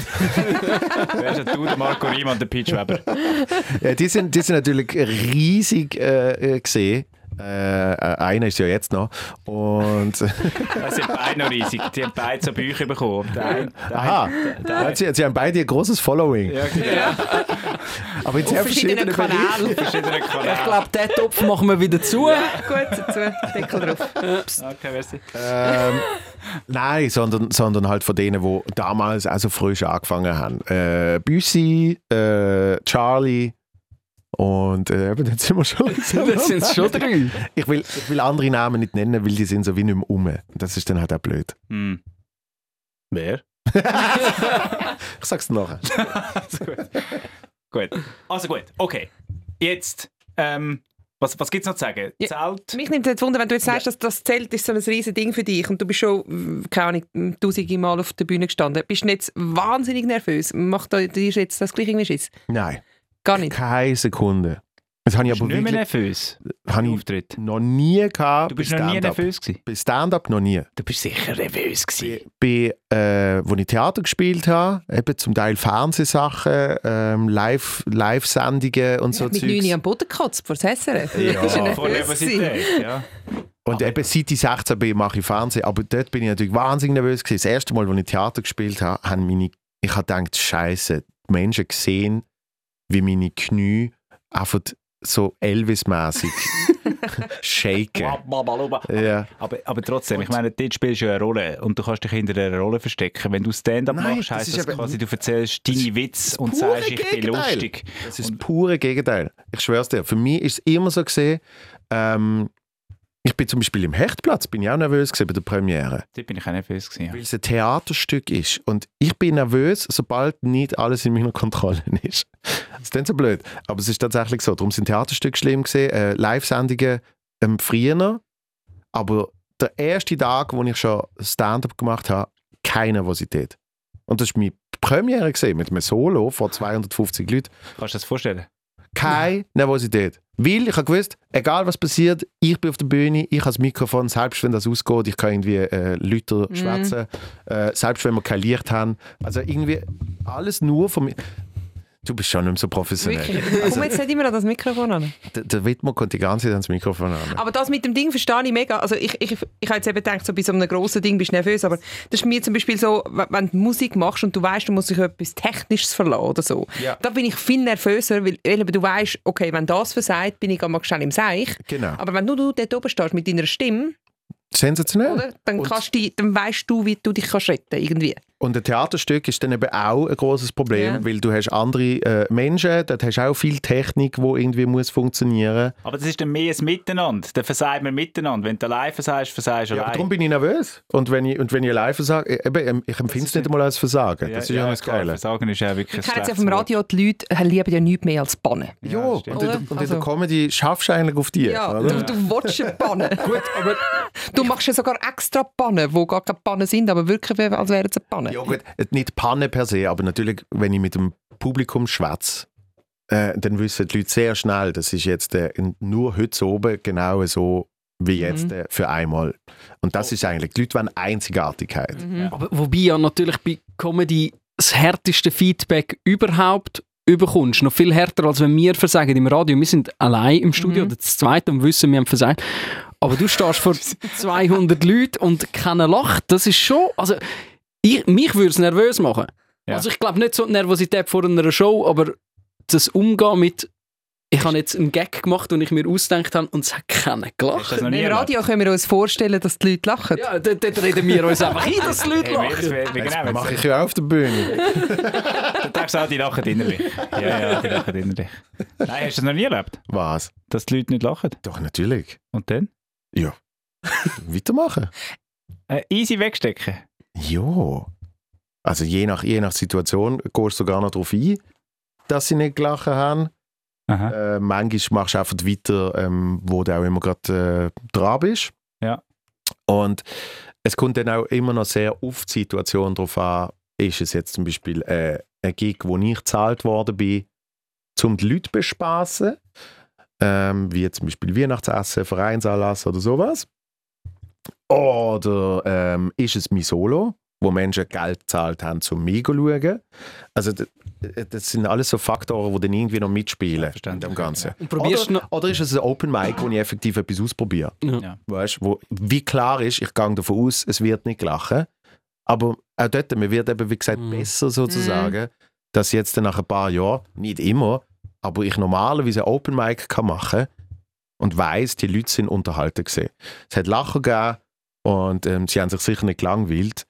Speaker 1: Wer ist denn du, der Marco Riemann und der Peach Weber?
Speaker 5: Ja, die, sind, die sind natürlich riesig äh, äh, gesehen. Äh, äh, einer ist ja jetzt noch. Und
Speaker 1: Das sind beide noch riesig. Die haben beide so Bücher bekommen. Der eine- der
Speaker 5: aha,
Speaker 1: eine-
Speaker 5: sie, sie haben beide ein großes Following.
Speaker 1: Ja, genau.
Speaker 5: Aber in sehr verschiedenen Bereichen.
Speaker 4: Kanälen.
Speaker 1: Verschiedene Kanäle.
Speaker 3: Ich glaube, den Topf machen wir wieder zu.
Speaker 4: [LAUGHS]
Speaker 5: [LAUGHS]
Speaker 4: Gut, dazu, Deckel drauf.
Speaker 1: Okay, merci.
Speaker 5: Ähm, [LAUGHS] nein, sondern, sondern halt von denen, die damals auch so frisch angefangen haben. Äh, Büssi, äh, Charlie und äh, eben, jetzt sind wir schon langsam
Speaker 3: Das sind schon drei.
Speaker 5: Ich will, ich will andere Namen nicht nennen, weil die sind so wie nicht mehr um. Das ist dann halt auch blöd.
Speaker 1: Hm.
Speaker 5: [LAUGHS]
Speaker 1: Wer?
Speaker 5: Ich sag's dir nachher.
Speaker 1: Also gut. gut. Also gut, okay. Jetzt, ähm, was, was gibt's noch zu sagen?
Speaker 4: Ja.
Speaker 1: Zelt?
Speaker 4: Mich nimmt jetzt Wunder, wenn du jetzt sagst, dass das Zelt ist so ein riesen Ding für dich und du bist schon, äh, keine Ahnung, tausende Mal auf der Bühne gestanden. Bist du jetzt wahnsinnig nervös? Macht da- dir jetzt das gleich irgendwie Schiss?
Speaker 5: Nein,
Speaker 4: Gar nicht.
Speaker 5: keine Sekunde. Das habe ich
Speaker 1: Bist du
Speaker 5: aber
Speaker 1: nicht mehr
Speaker 5: wirklich
Speaker 1: nervös
Speaker 5: hab
Speaker 1: beim
Speaker 5: ich
Speaker 1: Auftritt?
Speaker 5: noch nie gehabt.
Speaker 1: Du bist
Speaker 5: bei
Speaker 1: noch nie
Speaker 5: Stand-up.
Speaker 1: nervös gewesen?
Speaker 5: Bei Stand-up noch nie.
Speaker 1: Du bist sicher nervös gewesen.
Speaker 5: Bei, äh, wo ich Theater gespielt habe, eben zum Teil Fernsehsachen, ähm, Live- Live-Sendungen und so
Speaker 4: mit
Speaker 5: Zeugs.
Speaker 4: 9 am Boden gekotzt, vor das SRF.
Speaker 5: Ja.
Speaker 4: Das ist
Speaker 5: Vor
Speaker 1: Vor
Speaker 4: nervös gewesen.
Speaker 1: Nervosität, ja.
Speaker 5: Und eben seit ich 16 bin, mache ich Fernsehen. Aber dort bin ich natürlich wahnsinnig nervös. Gewesen. Das erste Mal, als ich Theater gespielt habe, haben meine, ich habe gedacht, Scheiße, die Menschen sehen, wie meine Knie einfach so Elvis-mäßig shaken. Ja.
Speaker 1: Aber, aber trotzdem, ich meine, dort spielst du ja eine Rolle und du kannst dich hinter einer Rolle verstecken. Wenn du Stand-up
Speaker 5: Nein,
Speaker 1: machst,
Speaker 5: das
Speaker 1: heisst
Speaker 5: ist
Speaker 1: das
Speaker 5: eben-
Speaker 1: quasi, du erzählst deine Witze und
Speaker 5: pure
Speaker 1: sagst, ich bin
Speaker 5: Gegenteil.
Speaker 1: lustig.
Speaker 5: Das ist das pure Gegenteil. Ich schwör's dir. Für mich ist es immer so gesehen, ähm, ich bin zum Beispiel im Hechtplatz, bin ich auch nervös gewesen bei der Premiere.
Speaker 1: Dort bin ich auch nervös gewesen.
Speaker 5: Weil es ein Theaterstück ist. Und ich bin nervös, sobald nicht alles in meiner Kontrolle [LAUGHS] ist. Das ist dann so blöd. Aber es ist tatsächlich so. Darum sind Theaterstücke schlimm gesehen, äh, Live-Sendungen ähm, früher. Aber der erste Tag, wo ich schon Stand-up gemacht habe, keine Nervosität. Und das war meine Premiere gesehen mit einem Solo vor 250 Leuten.
Speaker 1: Kannst du dir das vorstellen?
Speaker 5: Keine Nervosität. Weil ich habe gewusst, egal was passiert, ich bin auf der Bühne, ich habe das Mikrofon, selbst wenn das ausgeht, ich kann irgendwie äh, Leute
Speaker 4: Mhm.
Speaker 5: schwätzen, äh, selbst wenn wir kein Licht haben. Also irgendwie alles nur von mir. Du bist schon nicht mehr so professionell.
Speaker 4: Wirklich. Komm jetzt nicht immer an das Mikrofon an.
Speaker 5: Der, der Widmer kommt die ganze Zeit ans Mikrofon an.
Speaker 4: Aber das mit dem Ding verstehe ich mega. Also ich, ich, ich habe jetzt eben gedacht, so bei so einem grossen Ding bist du nervös, aber das ist mir zum Beispiel so, wenn wenn du Musik machst und du weißt, du musst dich auf etwas Technisches verlassen oder so,
Speaker 5: Ja.
Speaker 4: da bin ich viel nervöser, weil, weil eben du weißt, okay, wenn das versagt, bin ich einmal schnell im Seich.
Speaker 5: Genau.
Speaker 4: Aber wenn nur du dort oben stehst mit deiner Stimme,
Speaker 5: Sensationell.
Speaker 4: oder, dann,
Speaker 5: Und-
Speaker 4: kannst du, dich- dann weißt du, wie du dich kannst retten irgendwie.
Speaker 5: Und ein Theaterstück ist dann eben auch ein großes Problem,
Speaker 4: Ja.
Speaker 5: weil du hast andere äh, Menschen, dort hast du auch viel Technik, wo irgendwie muss funktionieren.
Speaker 1: Aber das ist dann mehr ein Miteinander. Dann versagt man miteinander. Wenn du allein versagst, versagst du
Speaker 5: Ja, aber
Speaker 1: allein.
Speaker 5: darum bin ich nervös. Und wenn ich, und wenn ich live versage, eben, ähm, ich empfinde es nicht einmal als Versagen. das ist ja, das
Speaker 1: klar,
Speaker 5: Geile.
Speaker 1: Versagen ist ja wirklich
Speaker 4: Ich
Speaker 1: ein
Speaker 4: kenne jetzt auf
Speaker 1: schlechtes
Speaker 4: dem
Speaker 1: Wort.
Speaker 4: Radio, die Leute äh, lieben ja nichts mehr als Bannen.
Speaker 5: Ja, und, in
Speaker 1: stimmt.
Speaker 5: der-
Speaker 4: Oder?
Speaker 5: und in der
Speaker 4: Also-
Speaker 5: Comedy schaffst du eigentlich auf die.
Speaker 4: Ja,
Speaker 5: oder?
Speaker 4: du, du willst ja Pannen. du machst ja sogar extra Pannen, die gar keine Pannen sind, aber wirken, wie- als wären sie Pannen.
Speaker 5: Ja, gut, äh, nicht Panne per se, aber natürlich, wenn ich mit dem Publikum schwätze, äh, dann wissen die Leute sehr schnell, das ist jetzt äh, nur heute so oben genau so
Speaker 4: Mhm.
Speaker 5: wie jetzt äh, für einmal. Und das
Speaker 4: Oh.
Speaker 5: ist eigentlich, die Leute wollen Einzigartigkeit.
Speaker 4: Mhm.
Speaker 3: Aber wobei ja natürlich bei Comedy das härteste Feedback überhaupt überkommst. Noch viel härter, als wenn wir versagen im Radio. Wir sind allein im Studio, oder das zweite, und wissen, wir haben versagt. Aber du stehst vor 200 Leuten und keiner lacht. Das ist schon... Also, ich, mich würde es nervös machen.
Speaker 1: Ja.
Speaker 3: Also ich glaube nicht so die Nervosität vor einer Show, aber das Umgehen mit... Ich habe jetzt einen Gag gemacht, den ich mir ausgedacht habe und es hat keiner
Speaker 1: Hast
Speaker 3: gelacht.
Speaker 1: du das noch nie
Speaker 4: Im
Speaker 1: erlebt?
Speaker 4: Radio können wir uns vorstellen, dass die Leute lachen.
Speaker 3: Ja, dort, dort reden wir uns einfach ein, dass die Leute
Speaker 1: Hey, wir-
Speaker 3: lachen.
Speaker 1: wir- wir-
Speaker 5: Das
Speaker 1: genau,
Speaker 5: mache
Speaker 1: jetzt-
Speaker 5: ich ja auch auf der Bühne.
Speaker 4: [LAUGHS]
Speaker 1: Du denkst auch, die lachen innerlich.
Speaker 5: [LAUGHS]
Speaker 1: Ja, ja, die lachen innerlich. Nein, hast du das noch nie erlebt?
Speaker 5: Was?
Speaker 1: Dass die Leute nicht lachen?
Speaker 5: Doch, natürlich.
Speaker 1: Und dann?
Speaker 5: Weitermachen.
Speaker 1: Äh, easy wegstecken.
Speaker 5: Ja. Also je nach, je nach Situation gehst du gar noch darauf ein, dass sie nicht gelachen haben.
Speaker 1: Aha.
Speaker 5: Äh, manchmal machst du einfach weiter, ähm, wo du auch immer gerade äh, dran bist.
Speaker 1: Ja.
Speaker 5: Und es kommt dann auch immer noch sehr auf die Situation drauf an, ist es jetzt zum Beispiel äh, ein Gig, wo ich gezahlt worden bin, um die Leute zu bespassen, ähm, wie zum Beispiel Weihnachtsessen, Vereinsanlass oder sowas. Oder ähm, ist es mein Solo, wo Menschen Geld gezahlt haben, um mich zu schauen. Also d- d- das sind alles so Faktoren, die dann irgendwie noch mitspielen in
Speaker 1: Selbstverständlich,
Speaker 5: dem Ganzen.
Speaker 3: Und probierst
Speaker 5: oder, oder ist es ein Open Mic, wo ich effektiv etwas ausprobiere?
Speaker 3: Ja.
Speaker 1: Ja.
Speaker 5: Weißt, wo, wie klar ist, ich gehe davon aus, es wird nicht lachen. Aber auch dort, man wird eben, wie gesagt,
Speaker 3: Mm.
Speaker 5: besser sozusagen, dass jetzt dann nach ein paar Jahren, nicht immer, aber ich normalerweise ein Open Mic kann machen und weiß, die Leute sind unterhalten gesehen. Es hat Lachen gegeben und ähm, sie haben sich sicher nicht gelangweilt.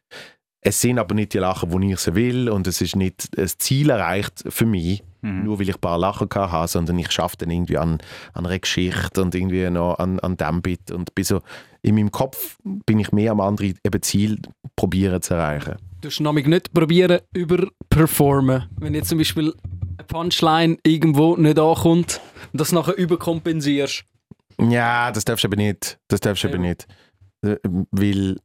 Speaker 5: Es sind aber nicht die Lachen, wo ich sie will und es ist nicht das Ziel erreicht für mich,
Speaker 1: Mhm.
Speaker 5: nur weil ich ein paar Lachen gehabt habe, sondern ich schaffe dann irgendwie an, an einer Geschichte und irgendwie noch an, an dem Bit. Und bin so, in meinem Kopf bin ich mehr am anderen eben Ziel probieren zu erreichen.
Speaker 3: Du musst nämlich nicht probieren, überperformen. Wenn jetzt zum Beispiel eine Punchline irgendwo nicht ankommt und das nachher überkompensierst.
Speaker 5: Ja, das darfst du eben nicht. Das darfst du eben
Speaker 3: Ja.
Speaker 5: nicht. Äh, Weil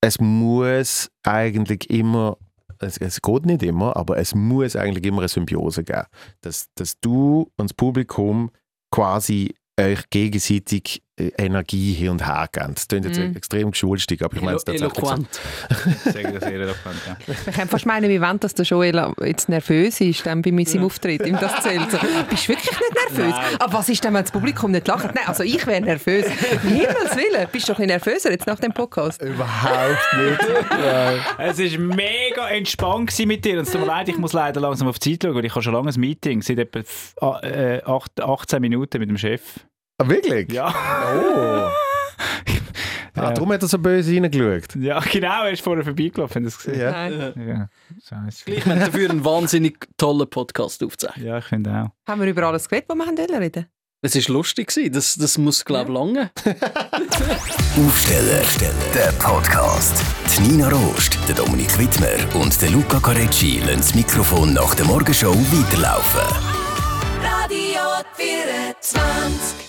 Speaker 5: es muss eigentlich immer, es, es geht nicht immer, aber es muss eigentlich immer eine Symbiose geben. Dass, dass du und das Publikum quasi euch gegenseitig äh, Energie hin und her geben. Das klingt jetzt
Speaker 4: Mhm.
Speaker 5: extrem geschulstig, aber ich meine es
Speaker 3: Elo-
Speaker 5: tatsächlich so.
Speaker 3: Eloquent.
Speaker 1: Sagen das eher eloquent, ja.
Speaker 4: Ich kann fast meinen, wie wenn das der Joel jetzt nervös ist, dann bei mir seinem Auftritt, ihm das zählt. So, bist du wirklich nicht nervös? Aber was ist denn, wenn das Publikum nicht lacht? Nein, also ich wäre nervös. Um Himmels Willen, bist du doch ein bisschen nervöser jetzt nach dem Podcast?
Speaker 5: Überhaupt nicht. Nein.
Speaker 1: [LAUGHS] Es war mega entspannt gewesen mit dir. Und es tut mir leid, ich muss leider langsam auf die Zeit schauen. weil Ich habe schon lange ein Meeting, seit etwa f- a- äh, acht- 18 Minuten mit dem Chef.
Speaker 5: Ah, wirklich?
Speaker 1: Ja,
Speaker 5: Oh. Ah, darum hat er so böse reingeschaut.
Speaker 1: ja [LAUGHS] genau, er ist vorher vorbeigelaufen, hast du das gesehen?
Speaker 5: Ja.
Speaker 4: Nein.
Speaker 1: Ja, Scheiße.
Speaker 3: Gleich, wenn du dafür einen wahnsinnig tollen Podcast aufzeichnen.
Speaker 1: Ja, ich finde auch.
Speaker 4: Haben wir über alles geredet, was wir haben wollen reden?
Speaker 3: Es war lustig, gewesen. das, das muss, glaube ich, lange.
Speaker 8: Aufsteller, der Podcast. Die Nina Rost, der Dominik Wittmer und der Luca Carecci lassen das Mikrofon nach der Morgenshow weiterlaufen.
Speaker 9: Radio 24.